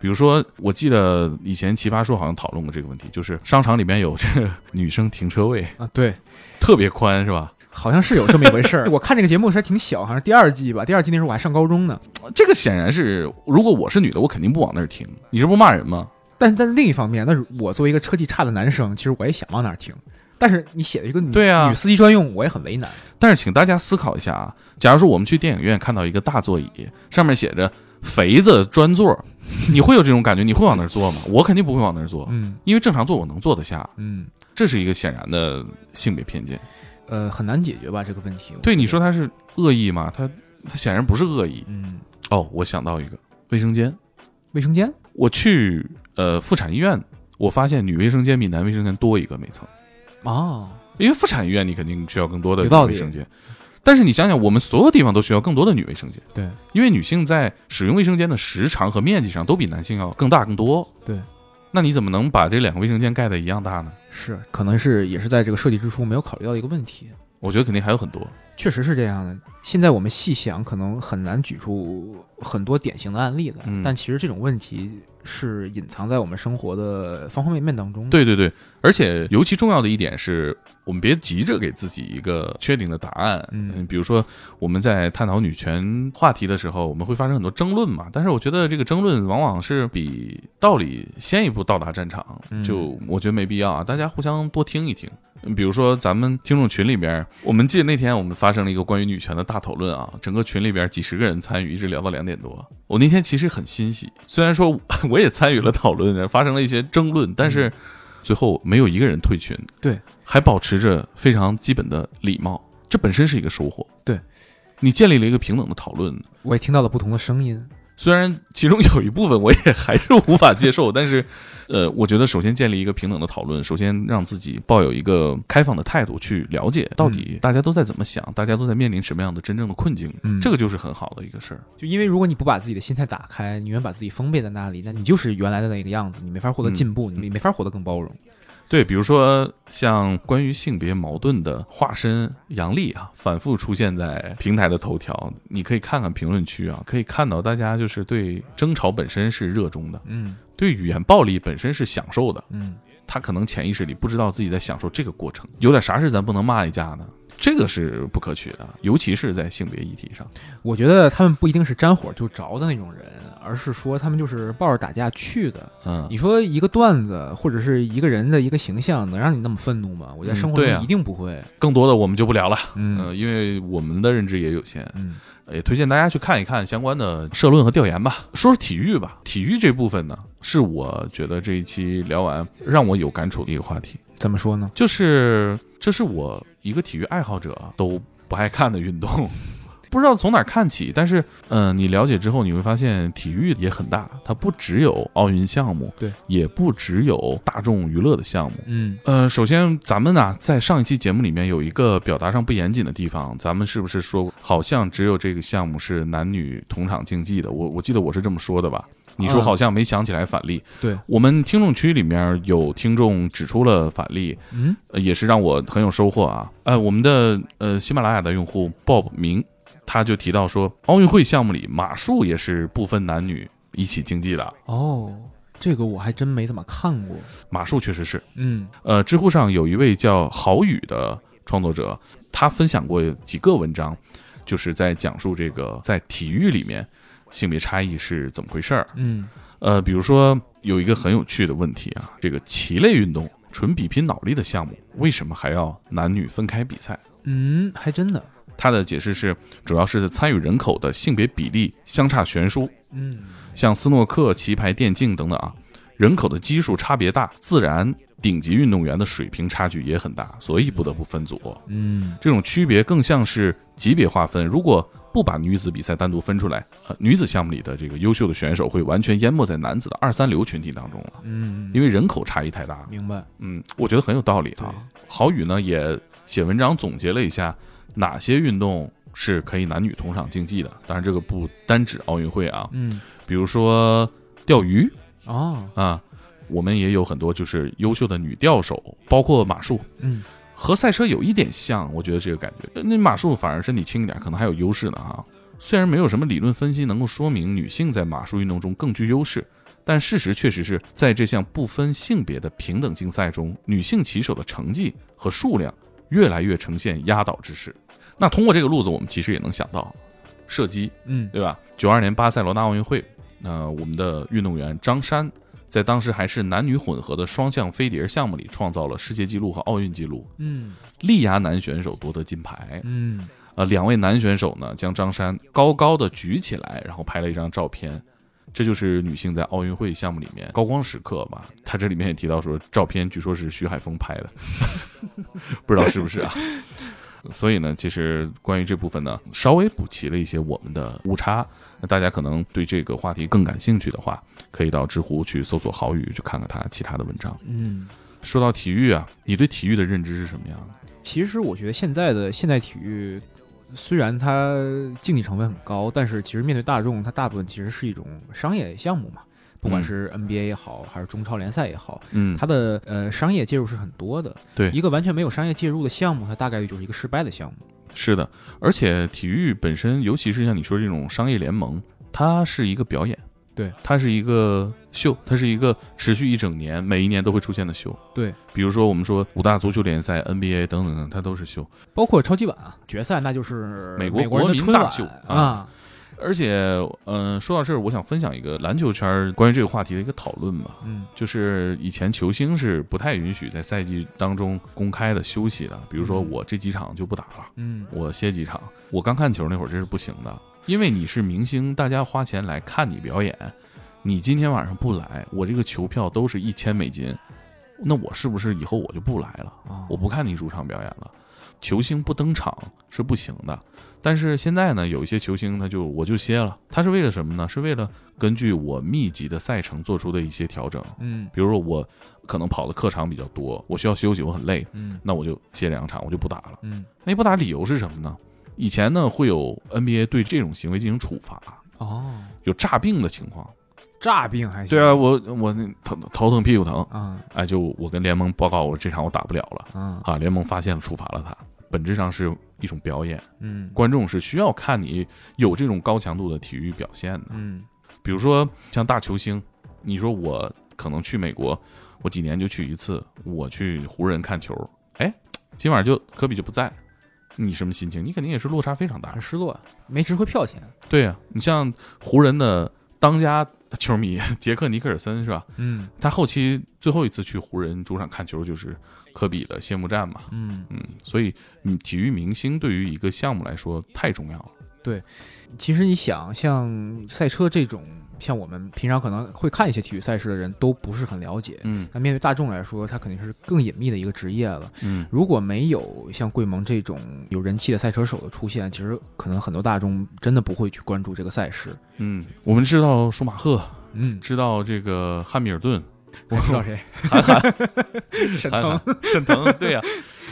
[SPEAKER 1] 比如说，我记得以前奇葩说好像讨论过这个问题，就是商场里面有这个女生停车位
[SPEAKER 3] 啊，对，
[SPEAKER 1] 特别宽，是吧？
[SPEAKER 3] 好像是有这么一 回事儿。我看这个节目时还挺小，好像是第二季吧。第二季那时候我还上高中呢。
[SPEAKER 1] 这个显然是，如果我是女的，我肯定不往那儿停。你这不骂人吗？
[SPEAKER 3] 但是在另一方面，那我作为一个车技差的男生，其实我也想往哪儿停。但是你写了一个女
[SPEAKER 1] 对啊
[SPEAKER 3] 女司机专用，我也很为难。
[SPEAKER 1] 但是请大家思考一下啊，假如说我们去电影院看到一个大座椅，上面写着“肥子专座”， 你会有这种感觉？你会往那儿坐吗？我肯定不会往那儿坐，
[SPEAKER 3] 嗯
[SPEAKER 1] 因为正常坐我能坐得下。
[SPEAKER 3] 嗯，
[SPEAKER 1] 这是一个显然的性别偏见。
[SPEAKER 3] 呃，很难解决吧这个问题。我
[SPEAKER 1] 对，
[SPEAKER 3] 觉
[SPEAKER 1] 你
[SPEAKER 3] 得
[SPEAKER 1] 说，他是恶意吗？他他显然不是恶意。
[SPEAKER 3] 嗯，
[SPEAKER 1] 哦，我想到一个卫生间，
[SPEAKER 3] 卫生间。
[SPEAKER 1] 我去呃妇产医院，我发现女卫生间比男卫生间多一个每层。
[SPEAKER 3] 哦，
[SPEAKER 1] 因为妇产医院你肯定需要更多的
[SPEAKER 3] 有道理
[SPEAKER 1] 卫生间，但是你想想，我们所有地方都需要更多的女卫生间，
[SPEAKER 3] 对，
[SPEAKER 1] 因为女性在使用卫生间的时长和面积上都比男性要更大更多，
[SPEAKER 3] 对。
[SPEAKER 1] 那你怎么能把这两个卫生间盖的一样大呢？
[SPEAKER 3] 是，可能是也是在这个设计之初没有考虑到一个问题，
[SPEAKER 1] 我觉得肯定还有很多，
[SPEAKER 3] 确实是这样的。现在我们细想，可能很难举出很多典型的案例来，
[SPEAKER 1] 嗯
[SPEAKER 3] 但其实这种问题是隐藏在我们生活的方方面面当中。，
[SPEAKER 1] 对对对，而且尤其重要的一点是，我们别急着给自己一个确定的答案。
[SPEAKER 3] 嗯
[SPEAKER 1] 比如说我们在探讨女权话题的时候，我们会发生很多争论嘛。但是我觉得这个争论往往是比道理先一步到达战场，
[SPEAKER 3] 嗯
[SPEAKER 1] 就我觉得没必要啊。大家互相多听一听。嗯比如说咱们听众群里边，我们记得那天我们发生了一个关于女权的大讨论啊，整个群里边几十个人参与，一直聊到两点多。我那天其实很欣喜，虽然说我 也参与了讨论，发生了一些争论，但是最后没有一个人退群，
[SPEAKER 3] 嗯对，
[SPEAKER 1] 还保持着非常基本的礼貌，这本身是一个收获。
[SPEAKER 3] 对，
[SPEAKER 1] 你建立了一个平等的讨论，
[SPEAKER 3] 我也听到了不同的声音。
[SPEAKER 1] 虽然其中有一部分我也还是无法接受，但是，呃，我觉得首先建立一个平等的讨论，首先让自己抱有一个开放的态度去了解到底大家都在怎么想，大家都在面临什么样的真正的困境，
[SPEAKER 3] 嗯
[SPEAKER 1] 这个就是很好的一个事儿。
[SPEAKER 3] 就因为如果你不把自己的心态打开，你永远把自己封闭在那里，那你就是原来的那个样子，你没法获得
[SPEAKER 1] 嗯
[SPEAKER 3] 进步，你没法获得更包容。
[SPEAKER 1] 对，比如说像关于性别矛盾的化身杨笠啊，反复出现在平台的头条，你可以看看评论区啊，可以看到大家就是对争吵本身是热衷的，
[SPEAKER 3] 嗯
[SPEAKER 1] 对语言暴力本身是享受的，
[SPEAKER 3] 嗯，
[SPEAKER 1] 他可能潜意识里不知道自己在享受这个过程。有点啥事咱不能骂一架呢？这个是不可取的，尤其是在性别议题上。
[SPEAKER 3] 嗯我觉得他们不一定是沾火就着的那种人，而是说他们就是抱着打架去的。
[SPEAKER 1] 嗯，
[SPEAKER 3] 你说一个段子或者是一个人的一个形象能让你那么愤怒吗？我在
[SPEAKER 1] 嗯
[SPEAKER 3] 生活
[SPEAKER 1] 对
[SPEAKER 3] 中
[SPEAKER 1] 啊
[SPEAKER 3] 一定不会。
[SPEAKER 1] 更多的我们就不聊了，呃，
[SPEAKER 3] 嗯
[SPEAKER 1] 因为我们的认知也有限，
[SPEAKER 3] 嗯
[SPEAKER 1] 也推荐大家去看一看相关的社论和调研吧。说说体育吧，体育这部分呢，是我觉得这一期聊完让我有感触的一个话题，
[SPEAKER 3] 怎么说呢？
[SPEAKER 1] 就是这是我一个体育爱好者都不爱看的运动。 不知道从哪儿看起，但是，嗯、你了解之后，你会发现体育也很大，它不只有奥运项目，
[SPEAKER 3] 对，
[SPEAKER 1] 也不只有大众娱乐的项目，
[SPEAKER 3] 嗯
[SPEAKER 1] 呃，首先咱们呢、啊在上一期节目里面有一个表达上不严谨的地方，咱们是不是说好像只有这个项目是男女同场竞技的？我我记得我是这么说的吧？你说
[SPEAKER 3] 嗯
[SPEAKER 1] 好像没想起来反例。
[SPEAKER 3] 对
[SPEAKER 1] 我们听众区里面有听众指出了反例，
[SPEAKER 3] 嗯
[SPEAKER 1] 呃也是让我很有收获啊。呃，我们的呃喜马拉雅的用户 Bob 明，他就提到说，奥运会项目里马术也是不分男女一起竞技的，
[SPEAKER 3] 哦，这个我还真没怎么看过。
[SPEAKER 1] 马术确实是。
[SPEAKER 3] 嗯
[SPEAKER 1] 呃，知乎上有一位叫郝宇的创作者，他分享过几个文章，就是在讲述这个在体育里面性别差异是怎么回事儿。
[SPEAKER 3] 嗯
[SPEAKER 1] 呃，比如说有一个很有趣的问题啊，这个棋类运动纯比拼脑力的项目，为什么还要男女分开比赛？
[SPEAKER 3] 嗯，还真的。
[SPEAKER 1] 他的解释是，主要是参与人口的性别比例相差悬殊，
[SPEAKER 3] 嗯
[SPEAKER 1] 像斯诺克、棋牌、电竞等等啊，人口的基数差别大，自然顶级运动员的水平差距也很大，所以不得不分组。
[SPEAKER 3] 嗯
[SPEAKER 1] 这种区别更像是级别划分。如果不把女子比赛单独分出来，呃，女子项目里的这个优秀的选手会完全淹没在男子的二三流群体当中了，
[SPEAKER 3] 嗯，
[SPEAKER 1] 因为人口差异太大。
[SPEAKER 3] 明白。
[SPEAKER 1] 嗯，我觉得很有道理啊。郝宇呢也写文章总结了一下哪些运动是可以男女同场竞技的，当然这个不单指奥运会啊，
[SPEAKER 3] 嗯
[SPEAKER 1] 比如说钓鱼，
[SPEAKER 3] 哦
[SPEAKER 1] 啊，我们也有很多就是优秀的女钓手，包括马术，
[SPEAKER 3] 嗯
[SPEAKER 1] 和赛车有一点像，我觉得这个感觉。呃那马术反而身体轻一点，可能还有优势呢哈。虽然没有什么理论分析能够说明女性在马术运动中更具优势，但事实确实是在这项不分性别的平等竞赛中，女性骑手的成绩和数量越来越呈现压倒之势。那通过这个路子，我们其实也能想到，射击
[SPEAKER 3] 嗯
[SPEAKER 1] 对吧？九二年巴塞罗那奥运会，呃，我们的运动员张珊在当时还是男女混合的双向飞碟项目里创造了世界纪录和奥运纪录，
[SPEAKER 3] 嗯
[SPEAKER 1] 力压男选手夺得金牌。
[SPEAKER 3] 嗯
[SPEAKER 1] 呃，两位男选手呢将张珊高高的举起来，然后拍了一张照片。这就是女性在奥运会项目里面高光时刻吧？他这里面也提到说，照片据说是徐海峰拍的， 不知道是不是啊？所以呢，其实关于这部分呢，稍微补齐了一些我们的误差。那大家可能对这个话题更感兴趣的话，可以到知乎去搜索“好语”，去看看他其他的文章。
[SPEAKER 3] 嗯。
[SPEAKER 1] 说到体育啊，你对体育的认知是什么样的？
[SPEAKER 3] 其实我觉得现在的现代体育，虽然它竞技成分很高，但是其实面对大众，它大部分其实是一种商业项目嘛。不管
[SPEAKER 1] 嗯
[SPEAKER 3] 是 NBA 也好，还是中超联赛也好，
[SPEAKER 1] 嗯
[SPEAKER 3] 它的呃商业介入是很多的。
[SPEAKER 1] 对
[SPEAKER 3] 一个完全没有商业介入的项目，它大概率就是一个失败的项目。
[SPEAKER 1] 是的，而且体育本身，尤其是像你说这种商业联盟，它是一个表演，
[SPEAKER 3] 对，
[SPEAKER 1] 它是一个秀，它是一个持续一整年，每一年都会出现的秀。
[SPEAKER 3] 对，
[SPEAKER 1] 比如说我们说五大足球联赛、NBA 等等等，它都是秀。
[SPEAKER 3] 包括超级碗啊决赛，那就是
[SPEAKER 1] 美国
[SPEAKER 3] 国人
[SPEAKER 1] 国
[SPEAKER 3] 的
[SPEAKER 1] 民
[SPEAKER 3] 春
[SPEAKER 1] 大
[SPEAKER 3] 晚
[SPEAKER 1] 秀
[SPEAKER 3] 啊。
[SPEAKER 1] 而且，嗯、说到这儿，我想分享一个篮球圈儿关于这个话题的一个讨论吧。
[SPEAKER 3] 嗯
[SPEAKER 1] 就是以前球星是不太允许在赛季当中公开的休息的，比如说
[SPEAKER 3] 嗯
[SPEAKER 1] 我这几场就不打了，
[SPEAKER 3] 嗯
[SPEAKER 1] 我歇几场。我刚看球那会儿这是不行的，因为你是明星，大家花钱来看你表演，你今天晚上不来，我这个球票都是一千美金，那我是不是以后我就不来了？
[SPEAKER 3] 啊，
[SPEAKER 1] 我不看你主场表演了。球星不登场是不行的，但是现在呢，有一些球星他就我就歇了，他是为了什么呢？是为了根据我密集的赛程做出的一些调整，
[SPEAKER 3] 嗯
[SPEAKER 1] 比如说我可能跑的客场比较多，我需要休息，我很累，
[SPEAKER 3] 嗯
[SPEAKER 1] 那我就歇两场，我就不打了。
[SPEAKER 3] 嗯
[SPEAKER 1] 那不打理由是什么呢？以前呢会有 NBA 对这种行为进行处罚，
[SPEAKER 3] 哦
[SPEAKER 1] 有诈病的情况，
[SPEAKER 3] 诈病还行。
[SPEAKER 1] 对啊，我我那头头疼屁股疼，
[SPEAKER 3] 啊
[SPEAKER 1] 哎，就我跟联盟报告，我这场我打不了了
[SPEAKER 3] 啊
[SPEAKER 1] 啊！联盟发现了，处罚了他，本质上是一种表演，
[SPEAKER 3] 嗯
[SPEAKER 1] 观众是需要看你有这种高强度的体育表现的。
[SPEAKER 3] 嗯
[SPEAKER 1] 比如说像大球星，你说我可能去美国，我几年就去一次，我去湖人看球，哎，今晚就科比就不在，你什么心情？你肯定也是落差非常大
[SPEAKER 3] 很。失落，没值回票钱。
[SPEAKER 1] 对呀、啊你像湖人的当家球迷杰克尼克尔森是吧？
[SPEAKER 3] 嗯
[SPEAKER 1] 他后期最后一次去湖人主场看球就是科比的谢幕战嘛。
[SPEAKER 3] 嗯，
[SPEAKER 1] 嗯，所以你体育明星对于一个项目来说太重要了。
[SPEAKER 3] 其实你想，像赛车这种，像我们平常可能会看一些体育赛事的人都不是很了解。
[SPEAKER 1] 嗯
[SPEAKER 3] 那面对大众来说，它肯定是更隐秘的一个职业了。
[SPEAKER 1] 嗯
[SPEAKER 3] 如果没有像桂盟这种有人气的赛车手的出现，其实可能很多大众真的不会去关注这个赛事。
[SPEAKER 1] 嗯，我们知道舒马赫，
[SPEAKER 3] 嗯，
[SPEAKER 1] 知道这个汉密尔顿，
[SPEAKER 3] 我知道谁，
[SPEAKER 1] 韩寒，
[SPEAKER 3] 沈
[SPEAKER 1] 韩寒，， 沈腾，对呀、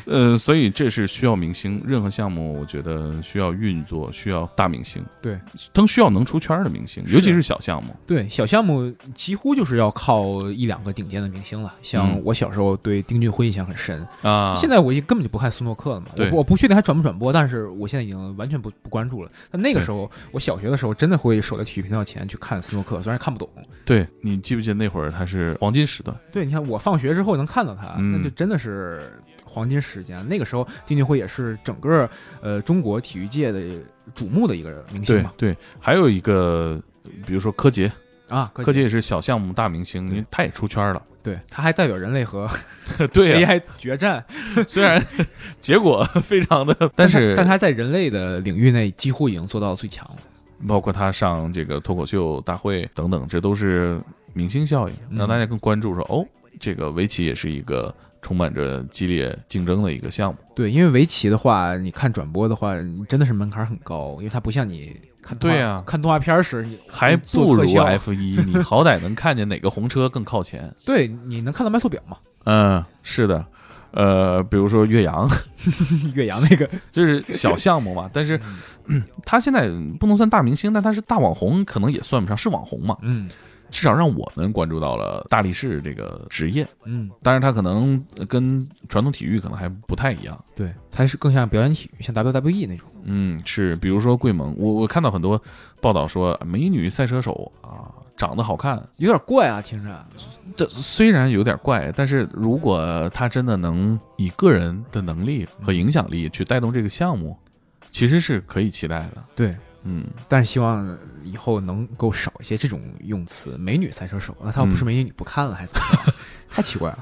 [SPEAKER 1] 呃，所以这是需要明星，任何项目我觉得需要运作，需要大明星，
[SPEAKER 3] 对，
[SPEAKER 1] 他需要能出圈的明星，尤其是小项目，
[SPEAKER 3] 对，小项目几乎就是要靠一两个顶尖的明星了。像
[SPEAKER 1] 嗯
[SPEAKER 3] 我小时候对丁俊晖印象很深，
[SPEAKER 1] 啊，
[SPEAKER 3] 现在我已经根本就不看苏诺克了嘛。我
[SPEAKER 1] 对
[SPEAKER 3] 不我不确定还转不转播，但是我现在已经完全不不关注了。但那个
[SPEAKER 1] 对
[SPEAKER 3] 时候，我小学的时候真的会守在体育频道前去看斯诺克，虽然看不懂。
[SPEAKER 1] 对你记不记得那会儿他是黄金时段？
[SPEAKER 3] 对，你看我放学之后能看到他，
[SPEAKER 1] 嗯
[SPEAKER 3] 那就真的是黄金时间。那个时候，丁俊晖也是整个呃中国体育界的瞩目的一个明星
[SPEAKER 1] 对
[SPEAKER 3] 嘛。
[SPEAKER 1] 对，还有一个，比如说柯洁，
[SPEAKER 3] 啊，
[SPEAKER 1] 柯
[SPEAKER 3] 柯
[SPEAKER 1] 洁
[SPEAKER 3] 洁，
[SPEAKER 1] 也是小项目大明星，因为他也出圈了。
[SPEAKER 3] 对，他还代表人类和
[SPEAKER 1] 对啊呀、
[SPEAKER 3] AI 决战，
[SPEAKER 1] 虽然 结果非常的，但是
[SPEAKER 3] 他但他在人类的领域内几乎已经做到最强了。
[SPEAKER 1] 包括他上这个脱口秀大会等等，这都是明星效应，
[SPEAKER 3] 嗯
[SPEAKER 1] 让大家更关注说，哦，这个围棋也是一个充满着激烈竞争的一个项目。
[SPEAKER 3] 对，因为围棋的话，你看转播的话，你真的是门槛很高，因为它不像你看动画
[SPEAKER 1] 对啊呀
[SPEAKER 3] 看动画片儿时，你
[SPEAKER 1] 还不
[SPEAKER 3] 做特
[SPEAKER 1] 如
[SPEAKER 3] 效
[SPEAKER 1] F 一，你好歹能看见哪个红车更靠前。
[SPEAKER 3] 对你能看到慢速表嘛？
[SPEAKER 1] 嗯，是的，呃，比如说岳阳，
[SPEAKER 3] 岳阳那个，
[SPEAKER 1] 这是小项目嘛，但是、嗯他现在不能算大明星，但他是大网红，可能也算不上是网红嘛，
[SPEAKER 3] 嗯
[SPEAKER 1] 至少让我们关注到了大力士这个职业。
[SPEAKER 3] 嗯，
[SPEAKER 1] 但是他可能呃跟传统体育可能还不太一样。
[SPEAKER 3] 对，它是更像表演体育，像 WWE 那种。
[SPEAKER 1] 嗯，是，比如说桂盟，我我看到很多报道说美女赛车手啊，长得好看，
[SPEAKER 3] 有点怪啊，听着。
[SPEAKER 1] 这虽然有点怪，但是如果她真的能以个人的能力和影响力去带动这个项目，其实是可以期待的。
[SPEAKER 3] 对，
[SPEAKER 1] 嗯，
[SPEAKER 3] 但是希望以后能够少一些这种用词。美女赛车手，那他要不是
[SPEAKER 1] 嗯
[SPEAKER 3] 美女，不看了还是怎么样？ 太奇怪了。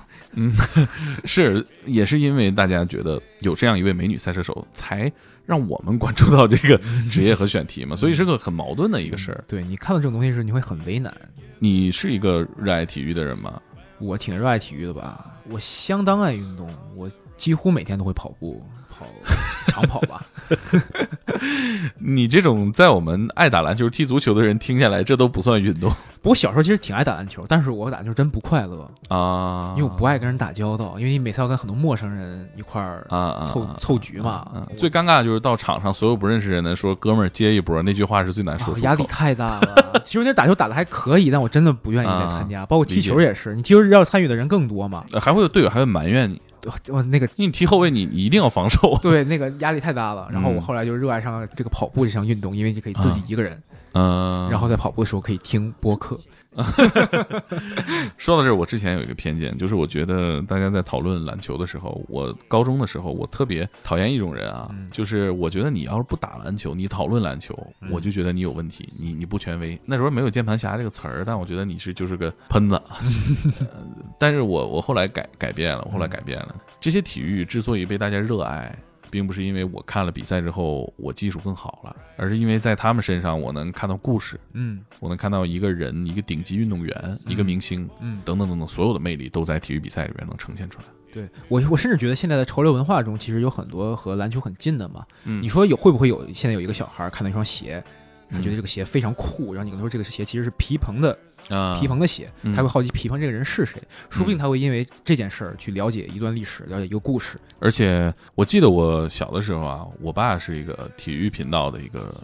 [SPEAKER 1] 是，也是因为大家觉得有这样一位美女赛车手，才让我们关注到这个
[SPEAKER 3] 嗯
[SPEAKER 1] 职业和选题嘛，所以是个很矛盾的一个事儿。
[SPEAKER 3] 对你看到这种东西时，你会很为难。
[SPEAKER 1] 你是一个热爱体育的人吗？
[SPEAKER 3] 我挺热爱体育的吧，我相当爱运动，我几乎每天都会跑步，跑长跑吧。
[SPEAKER 1] 你这种在我们爱打篮球、踢足球的人听下来，这都不算运 动
[SPEAKER 3] 不过小时候其实挺爱打篮球，但是我打篮球真不快乐，
[SPEAKER 1] 啊
[SPEAKER 3] 因为我不爱跟人打交道，因为你每次要跟很多陌生人一块儿
[SPEAKER 1] 啊啊
[SPEAKER 3] 凑
[SPEAKER 1] 啊
[SPEAKER 3] 凑局嘛
[SPEAKER 1] 嗯，
[SPEAKER 3] 我
[SPEAKER 1] 最尴尬的就是到场上所有不认识人的说“哥们儿接一波”那句话是最难
[SPEAKER 3] 啊
[SPEAKER 1] 说出口。
[SPEAKER 3] 压力太大了。其实那打球打的还可以，但我真的不愿意再参加，包括踢
[SPEAKER 1] 啊理解
[SPEAKER 3] 球也是，你踢球要参与的人更多嘛。
[SPEAKER 1] 呃还会有队友还会埋怨你，
[SPEAKER 3] 对我那个
[SPEAKER 1] 因为你踢后卫你你一定要防 守。
[SPEAKER 3] 对那个压力太大了，然后
[SPEAKER 1] 嗯啊
[SPEAKER 3] 我后来就热爱上了这个跑步这项运动，因为你可以自己一个人，
[SPEAKER 1] 嗯，
[SPEAKER 3] 然后在跑步的时候可以听播客。
[SPEAKER 1] 说到这儿，我之前有一个偏见，就是我觉得大家在讨论篮球的时候，我高中的时候，我特别讨厌一种人啊，
[SPEAKER 3] 嗯
[SPEAKER 1] 就是我觉得你要是不打篮球，你讨论篮球，
[SPEAKER 3] 嗯
[SPEAKER 1] 我就觉得你有问题，你你不权威。那时候没有“键盘侠”这个词儿，但我觉得你是就是个喷子。 呃但是我我后来改改变了，我
[SPEAKER 3] 嗯
[SPEAKER 1] 后来改变了。这些体育之所以被大家热爱。并不是因为我看了比赛之后我技术更好了，而是因为在他们身上我能看到故事，
[SPEAKER 3] 嗯
[SPEAKER 1] 我能看到一个人、一个顶级运动员、一个明星，
[SPEAKER 3] 嗯，
[SPEAKER 1] 等等等等，所有的魅力都在体育比赛里边能呈现出来。
[SPEAKER 3] 对我，我甚至觉得现在的潮流文化中，其实有很多和篮球很近的嘛。
[SPEAKER 1] 嗯
[SPEAKER 3] 你说有会不会有现在有一个小孩儿看到一双鞋，他觉
[SPEAKER 1] 嗯
[SPEAKER 3] 得这个鞋非常酷，然后你跟他说这个鞋其实是皮蓬的
[SPEAKER 1] 啊
[SPEAKER 3] 皮蓬的鞋，
[SPEAKER 1] 嗯
[SPEAKER 3] 他会好奇皮蓬这个人是谁，说不定他会因为这件事儿去了解一段历史，了解一个故事。
[SPEAKER 1] 而且我记得我小的时候啊，我爸是一个体育频道的一个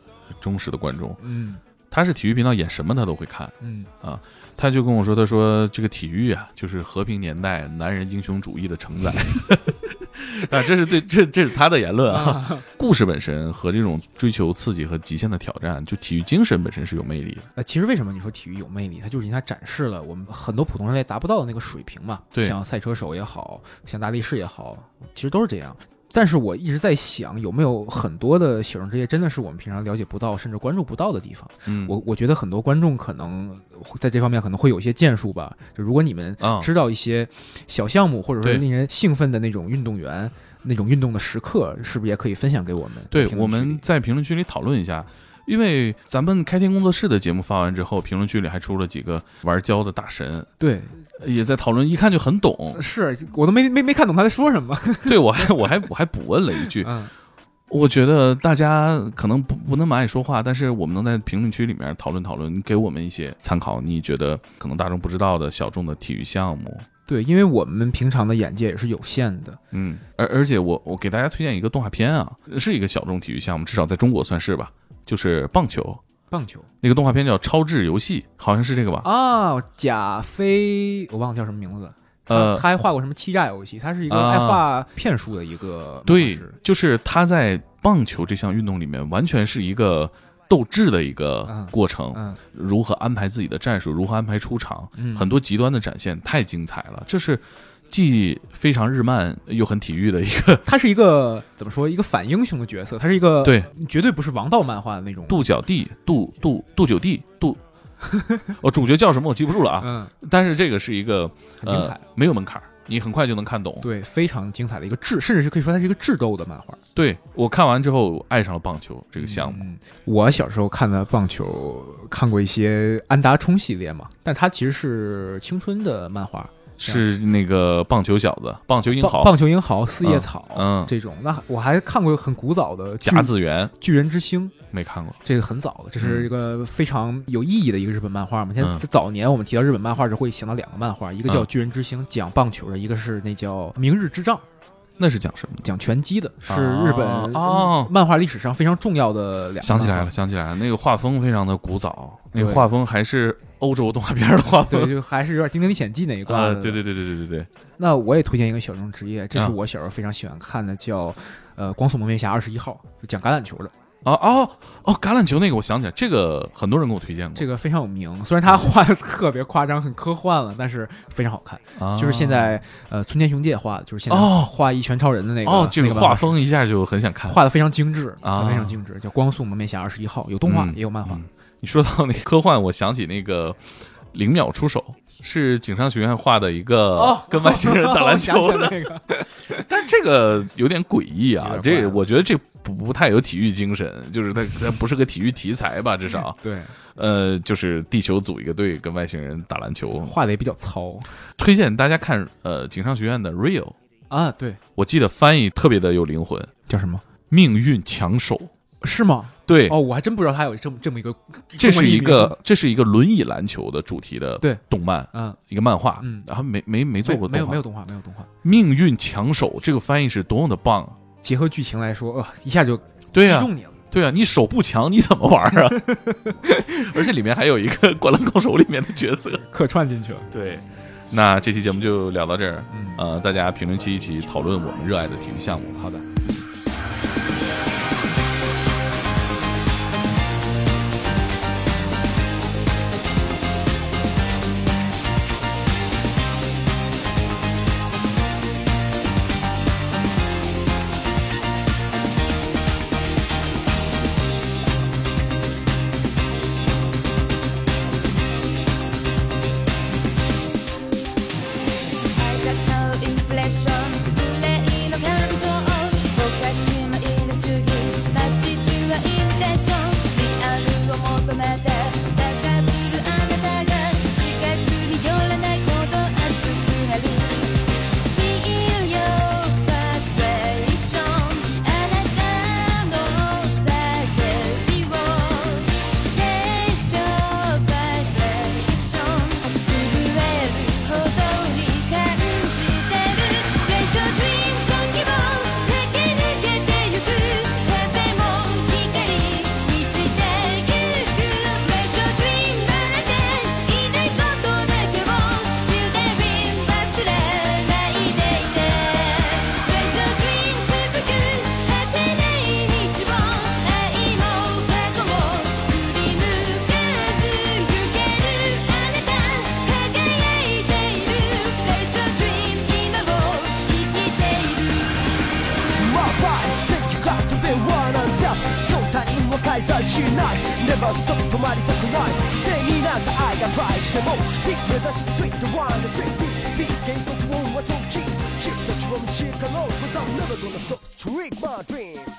[SPEAKER 1] 忠实的观众，
[SPEAKER 3] 嗯
[SPEAKER 1] 他是体育频道演什么他都会看。
[SPEAKER 3] 嗯
[SPEAKER 1] 他就跟我说，他说这个体育啊，就是和平年代男人英雄主义的承载。 啊，这是对，这这是他的言论啊。故事本身和这种追求刺激和极限的挑战，就体育精神本身是有魅力的。
[SPEAKER 3] 呃，其实为什么你说体育有魅力？它就是人家展示了我们很多普通人类达不到的那个水平嘛。
[SPEAKER 1] 对
[SPEAKER 3] 像赛车手也好像大力士也好，其实都是这样。但是我一直在想，有没有很多的小众职业真的是我们平常了解不到，甚至关注不到的地方？
[SPEAKER 1] 嗯
[SPEAKER 3] 我我觉得很多观众可能会在这方面可能会有一些建树吧。就如果你们
[SPEAKER 1] 啊，
[SPEAKER 3] 知道一些小项目，或者说
[SPEAKER 1] 对
[SPEAKER 3] 令人兴奋的那种运动员、那种运动的时刻，是不是也可以分享给我们？
[SPEAKER 1] 对
[SPEAKER 3] 评，论
[SPEAKER 1] 我
[SPEAKER 3] 区
[SPEAKER 1] 们
[SPEAKER 3] 里
[SPEAKER 1] 在评论区里讨论一下，因为咱们开天工作室的节目发完之后，评论区里还出了几个玩胶的大神，
[SPEAKER 3] 对。
[SPEAKER 1] 也在讨论，一看就很懂
[SPEAKER 3] 是我都没没没看懂他在说什么。
[SPEAKER 1] 对我还我还我还补问了一句，
[SPEAKER 3] 嗯，
[SPEAKER 1] 我觉得大家可能不不那么爱说话，但是我们能在评论区里面讨论讨论，给我们一些参考。你觉得可能大众不知道的小众的体育项目，
[SPEAKER 3] 对，因为我们平常的眼界也是有限的。
[SPEAKER 1] 嗯，而而且我我给大家推荐一个动画片啊，是一个小众体育项目，至少在中国算是吧，就是棒球。
[SPEAKER 3] 棒球
[SPEAKER 1] 那个动画片叫《超智游戏》，好像是这个吧？
[SPEAKER 3] 啊，贾飞，我忘了叫什么名字了。他
[SPEAKER 1] 呃
[SPEAKER 3] 他还画过什么欺诈游戏？他是一个
[SPEAKER 1] 啊
[SPEAKER 3] 爱画骗术的一个模
[SPEAKER 1] 对
[SPEAKER 3] 式，
[SPEAKER 1] 就是他在棒球这项运动里面，完全是一个斗智的一个
[SPEAKER 3] 嗯
[SPEAKER 1] 过程，
[SPEAKER 3] 嗯
[SPEAKER 1] 如何安排自己的战术，如何安排出场，
[SPEAKER 3] 嗯，
[SPEAKER 1] 很多极端的展现太精彩了。这是既非常日漫又很体育的一个
[SPEAKER 3] 他是一个怎么说？一个反英雄的角色，他是一个
[SPEAKER 1] 对，
[SPEAKER 3] 绝对不是王道漫画的那种。
[SPEAKER 1] 杜角地、杜杜杜九地、 杜，哦，主角叫什么我记不住了啊。
[SPEAKER 3] 嗯，
[SPEAKER 1] 但是这个是一个
[SPEAKER 3] 很精彩
[SPEAKER 1] 呃，没有门槛儿，你很快就能看懂。
[SPEAKER 3] 对，非常精彩的一个智，甚至是可以说它是一个智斗的漫画
[SPEAKER 1] 对我看完之后爱上了棒球这个项目。
[SPEAKER 3] 嗯我小时候看的棒球，看过一些安达充系列嘛，但它其实是青春的漫画，
[SPEAKER 1] 是那个棒球小子、棒球英
[SPEAKER 3] 棒
[SPEAKER 1] 豪、
[SPEAKER 3] 棒球英豪、四叶草、
[SPEAKER 1] 嗯
[SPEAKER 3] 这种。那我还看过很古早的巨
[SPEAKER 1] 甲子园
[SPEAKER 3] 巨人之星，
[SPEAKER 1] 没看过，
[SPEAKER 3] 这个很早的，这是一个非常有意义的一个日本漫画嘛。现在
[SPEAKER 1] 嗯
[SPEAKER 3] 早年我们提到日本漫画时会想到两个漫画，一个叫
[SPEAKER 1] 嗯
[SPEAKER 3] 《巨人之星》，讲棒球的；一个是那叫《明日之丈》，
[SPEAKER 1] 那是讲什么的？
[SPEAKER 3] 讲拳击的，是日本嗯
[SPEAKER 1] 哦
[SPEAKER 3] 漫画历史上非常重要的两个。
[SPEAKER 1] 想起来了，，想起来了，那个画风非常的古早，那个
[SPEAKER 3] 对
[SPEAKER 1] 画风还是欧洲动画片的画
[SPEAKER 3] 对，
[SPEAKER 1] 风
[SPEAKER 3] 就还是有点《丁丁历险记》那一挂
[SPEAKER 1] 啊，
[SPEAKER 3] 的。
[SPEAKER 1] 对对对对对对对，
[SPEAKER 3] 那我也推荐一个小众职业，这是
[SPEAKER 1] 啊
[SPEAKER 3] 我小时候非常喜欢看的，叫呃《光速蒙面侠二十一号》，就讲橄榄球的，
[SPEAKER 1] 哦哦哦，橄榄球那个我想起来，这个很多人给我推荐过，
[SPEAKER 3] 这个非常有名。虽然他画的特别夸张，很科幻了，但是非常好看。
[SPEAKER 1] 啊
[SPEAKER 3] 就是现在呃村田雄介画的，就是现在
[SPEAKER 1] 哦
[SPEAKER 3] 画一拳超人的那个
[SPEAKER 1] 哦，这
[SPEAKER 3] 那
[SPEAKER 1] 个
[SPEAKER 3] 个漫
[SPEAKER 1] 画
[SPEAKER 3] 画
[SPEAKER 1] 风一下就很想看。
[SPEAKER 3] 画的非常精致
[SPEAKER 1] 啊
[SPEAKER 3] 非常精致，叫《光速蒙面侠二十一号》，有动画、
[SPEAKER 1] 嗯
[SPEAKER 3] 也有漫画。
[SPEAKER 1] 嗯你说到那个科幻，我想起那个《零秒出手》，是井上学院画的一个哦
[SPEAKER 3] 哦
[SPEAKER 1] 跟外星人打篮 球的，
[SPEAKER 3] 那个，
[SPEAKER 1] 但是这个有点诡异啊
[SPEAKER 3] 有点怪，
[SPEAKER 1] 这我觉得这不不太有体育精神，就是它它不是个体育题材 吧，至少
[SPEAKER 3] 对，
[SPEAKER 1] 呃，就是地球组一个队跟外星人打篮球。
[SPEAKER 3] 画的也比较糙
[SPEAKER 1] 推荐大家看呃井上学院的 Real，
[SPEAKER 3] 啊，对，
[SPEAKER 1] 我记得翻译特别的有灵魂，
[SPEAKER 3] 叫什么？
[SPEAKER 1] 命运强手。
[SPEAKER 3] 是吗？
[SPEAKER 1] 对，
[SPEAKER 3] 哦，我还真不知道他有这么这么一个，
[SPEAKER 1] 这是一
[SPEAKER 3] 中文译
[SPEAKER 1] 个这是一个轮椅篮球的主题的
[SPEAKER 3] 对
[SPEAKER 1] 动漫，
[SPEAKER 3] 名嗯，
[SPEAKER 1] 一个漫画，
[SPEAKER 3] 嗯
[SPEAKER 1] 然后没没没
[SPEAKER 3] 没
[SPEAKER 1] 做过
[SPEAKER 3] 没有
[SPEAKER 1] 动画
[SPEAKER 3] 没有动画，没有动画。
[SPEAKER 1] 命运强手这个翻译是多么的棒啊！
[SPEAKER 3] 结合剧情来说，哇，一下就
[SPEAKER 1] 对
[SPEAKER 3] 击
[SPEAKER 1] 啊，
[SPEAKER 3] 中你了。
[SPEAKER 1] 对啊，你手不强你怎么玩啊？ 而且里面还有一个《灌篮高手》里面的角色。
[SPEAKER 3] 客串进去了，
[SPEAKER 1] 对，那这期节目就聊到这儿，
[SPEAKER 3] 嗯
[SPEAKER 1] 呃，大家评论区一起讨论我们热爱的体育项目。好的。
[SPEAKER 4] I got no inflation，不累の感情をおかしなイルス的梦，一也在心碎的万的碎，不必给的我我送进，是的 drum，切克隆，不造那么多的 so，dream my dream。